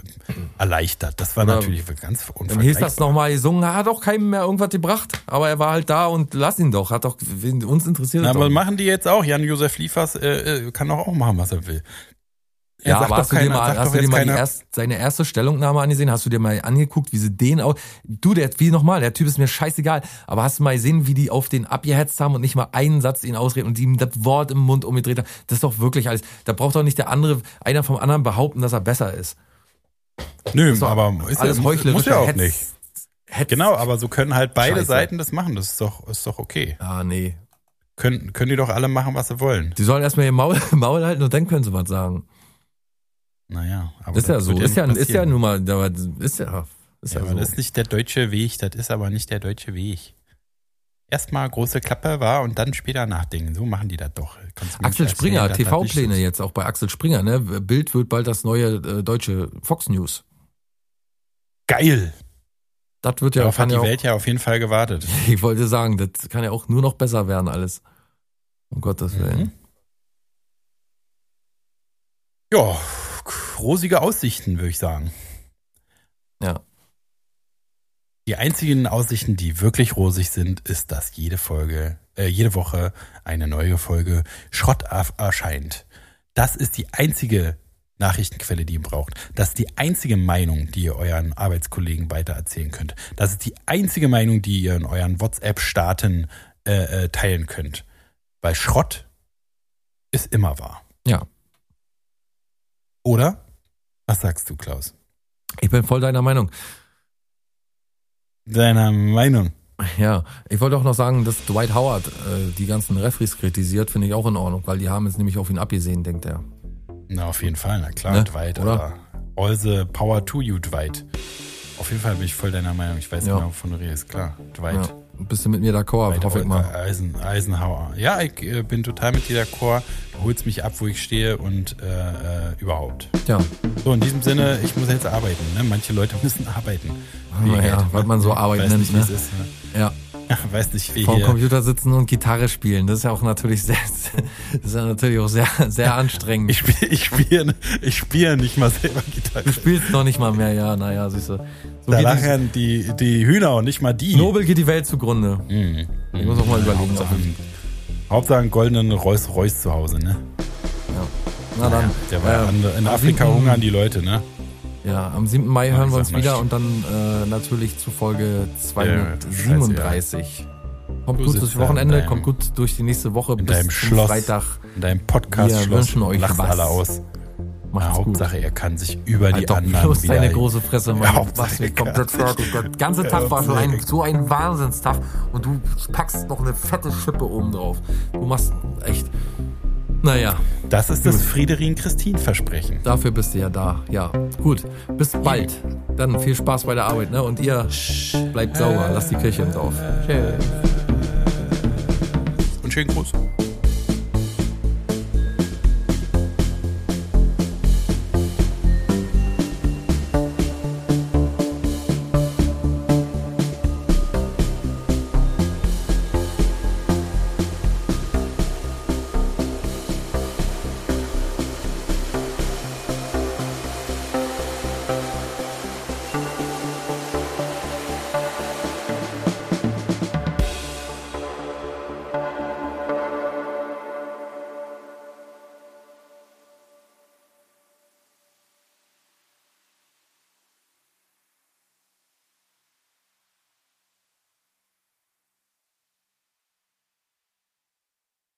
Speaker 2: erleichtert. Das war
Speaker 1: Hm. Oder-
Speaker 2: natürlich ganz
Speaker 1: Dann hieß das
Speaker 2: unvergleichbar.
Speaker 1: nochmal gesungen, hat auch keinem mehr irgendwas gebracht, aber er war halt da und lass ihn doch, hat doch, wen- uns interessiert
Speaker 2: Na,
Speaker 1: das
Speaker 2: aber
Speaker 1: doch.
Speaker 2: machen die jetzt auch. Jan-Josef Liefers äh, äh, kann doch auch machen, was er will. Er
Speaker 1: Ja,
Speaker 2: sagt
Speaker 1: aber
Speaker 2: doch
Speaker 1: hast du dir
Speaker 2: keiner-
Speaker 1: mal,
Speaker 2: sagt
Speaker 1: hast
Speaker 2: doch
Speaker 1: du dir
Speaker 2: jetzt
Speaker 1: mal die
Speaker 2: keiner-
Speaker 1: erst, seine erste Stellungnahme angesehen? Hast du dir mal angeguckt, wie sie den aus, du, der, wie nochmal, der Typ ist mir scheißegal, aber hast du mal gesehen, wie die auf den abgehetzt haben und nicht mal einen Satz ihn ausreden und ihm das Wort im Mund umgedreht haben? Das ist doch wirklich alles, da braucht doch nicht der andere, einer vom anderen behaupten, dass er besser ist.
Speaker 2: Nö,
Speaker 1: ist doch
Speaker 2: aber ist
Speaker 1: alles
Speaker 2: ja,
Speaker 1: heuchlerisch.
Speaker 2: muss ja auch nicht. Genau, aber so können halt beide
Speaker 1: Scheiße.
Speaker 2: Seiten das machen. Das ist doch, ist doch okay.
Speaker 1: Ah, nee.
Speaker 2: Können, können die doch alle machen, was sie wollen.
Speaker 1: Die sollen erstmal ihr Maul, Maul halten und dann können sie was sagen.
Speaker 2: Naja, aber
Speaker 1: Ist ja
Speaker 2: das
Speaker 1: so,
Speaker 2: wird
Speaker 1: ist ja,
Speaker 2: nicht
Speaker 1: ist ja
Speaker 2: passieren.
Speaker 1: nun mal, aber ist ja, ist ja,
Speaker 2: ja, aber
Speaker 1: so.
Speaker 2: das ist nicht der deutsche Weg, das ist aber nicht der deutsche Weg. Erstmal große Klappe war und dann später nachdenken. So machen die das doch. Kannst du mir
Speaker 1: Axel
Speaker 2: nicht
Speaker 1: Springer,
Speaker 2: erzählen, dass das nicht
Speaker 1: TV-Pläne
Speaker 2: so ist.
Speaker 1: jetzt auch bei Axel Springer, ne? Bild wird bald das neue äh, deutsche Fox News.
Speaker 2: Geil!
Speaker 1: Das wird ja,
Speaker 2: Darauf
Speaker 1: kann
Speaker 2: hat die
Speaker 1: ja auch,
Speaker 2: Welt ja auf jeden Fall gewartet.
Speaker 1: ich wollte sagen, das kann ja auch nur noch besser werden alles. Um Gottes
Speaker 2: Mhm.
Speaker 1: Willen.
Speaker 2: Ja, rosige Aussichten, würde ich sagen.
Speaker 1: Ja.
Speaker 2: Die einzigen Aussichten, die wirklich rosig sind, ist, dass jede Folge, äh, jede Woche eine neue Folge Schrott erf- erscheint. Das ist die einzige Nachrichtenquelle, die ihr braucht. Das ist die einzige Meinung, die ihr euren Arbeitskollegen weitererzählen könnt. Das ist die einzige Meinung, die ihr in euren WhatsApp-Staaten äh, äh, teilen könnt. Weil Schrott ist immer wahr.
Speaker 1: Ja.
Speaker 2: Oder? Was sagst du, Klaus?
Speaker 1: Ich bin voll deiner Meinung.
Speaker 2: Deiner Meinung.
Speaker 1: Ja, ich wollte auch noch sagen, dass Dwight Howard äh, die ganzen Referees kritisiert, finde ich auch in Ordnung, weil die haben jetzt nämlich auf ihn abgesehen, denkt er.
Speaker 2: Na, auf jeden Fall, na klar,
Speaker 1: Ne?
Speaker 2: Dwight,
Speaker 1: Oder?
Speaker 2: oder? All the power to you, Dwight. Auf jeden Fall bin ich voll deiner Meinung. Ich weiß
Speaker 1: Ja.
Speaker 2: genau, wovon du redest, klar. Dwight.
Speaker 1: Ja. Bist du mit mir d'accord,
Speaker 2: Weiter
Speaker 1: hoffe ich mal.
Speaker 2: Eisen, Eisenhower. Ja, ich äh, bin total mit dir d'accord. Du holst mich ab, wo ich stehe und äh, äh, überhaupt.
Speaker 1: Tja,
Speaker 2: So, in diesem Sinne, ich muss jetzt arbeiten. Ne? Manche Leute müssen arbeiten. Wie
Speaker 1: Naja,
Speaker 2: halt,
Speaker 1: weil man so Arbeit
Speaker 2: weiß
Speaker 1: nennt,
Speaker 2: Nicht, wie
Speaker 1: ne?
Speaker 2: es ist, ne?
Speaker 1: ja.
Speaker 2: Weiß nicht, wie
Speaker 1: Vor dem
Speaker 2: hier.
Speaker 1: Computer sitzen und Gitarre spielen, das ist ja auch natürlich sehr, das ist ja natürlich auch sehr, sehr anstrengend.
Speaker 2: Ich spiele ich spiel, ich spiel nicht mal selber Gitarre.
Speaker 1: Du spielst noch nicht mal mehr, ja, naja, siehst du. So geht
Speaker 2: Da
Speaker 1: die,
Speaker 2: lachen die, die Hühner und nicht mal die.
Speaker 1: Nobel geht die Welt zugrunde.
Speaker 2: Mhm.
Speaker 1: Ich muss auch mal überlegen.
Speaker 2: Hauptsache, Hauptsache einen goldenen Rolls-Royce zu Hause, ne?
Speaker 1: Na dann.
Speaker 2: Der war
Speaker 1: äh,
Speaker 2: andere- in
Speaker 1: am
Speaker 2: Afrika
Speaker 1: 7.
Speaker 2: hungern die Leute, ne?
Speaker 1: Ja, am 7. Mai hören wir
Speaker 2: ich sag
Speaker 1: uns
Speaker 2: mal,
Speaker 1: wieder
Speaker 2: stimmt.
Speaker 1: und dann äh, natürlich zu Folge 237. Kommt
Speaker 2: Du
Speaker 1: gut
Speaker 2: sitzt
Speaker 1: durchs
Speaker 2: da in
Speaker 1: Wochenende,
Speaker 2: deinem-
Speaker 1: kommt gut durch die nächste Woche
Speaker 2: in
Speaker 1: bis
Speaker 2: deinem
Speaker 1: zum
Speaker 2: Schloss.
Speaker 1: Freitag.
Speaker 2: In deinem Podcast
Speaker 1: Wir wünschen euch
Speaker 2: lachst
Speaker 1: was.
Speaker 2: alle aus.
Speaker 1: Macht's gut.
Speaker 2: Hauptsache, er kann sich über die
Speaker 1: Halt doch
Speaker 2: anderen
Speaker 1: bloß
Speaker 2: wieder...
Speaker 1: deine große Fresse, Mann.
Speaker 2: Hauptsache,
Speaker 1: Was wir komplett
Speaker 2: egal.
Speaker 1: fertig. Der ganze Tag war schon ein, so ein Wahnsinnstag und du packst noch eine fette Schippe oben drauf. Du machst echt. Naja,
Speaker 2: Das ist das Friederin-Christin-Versprechen.
Speaker 1: dafür bist du ja da. Ja, gut. Bis bald. Dann viel Spaß bei der Arbeit, ne? Und ihr bleibt sauber. Lasst die Kirche im Dorf. Tschüss.
Speaker 2: Und schönen Gruß.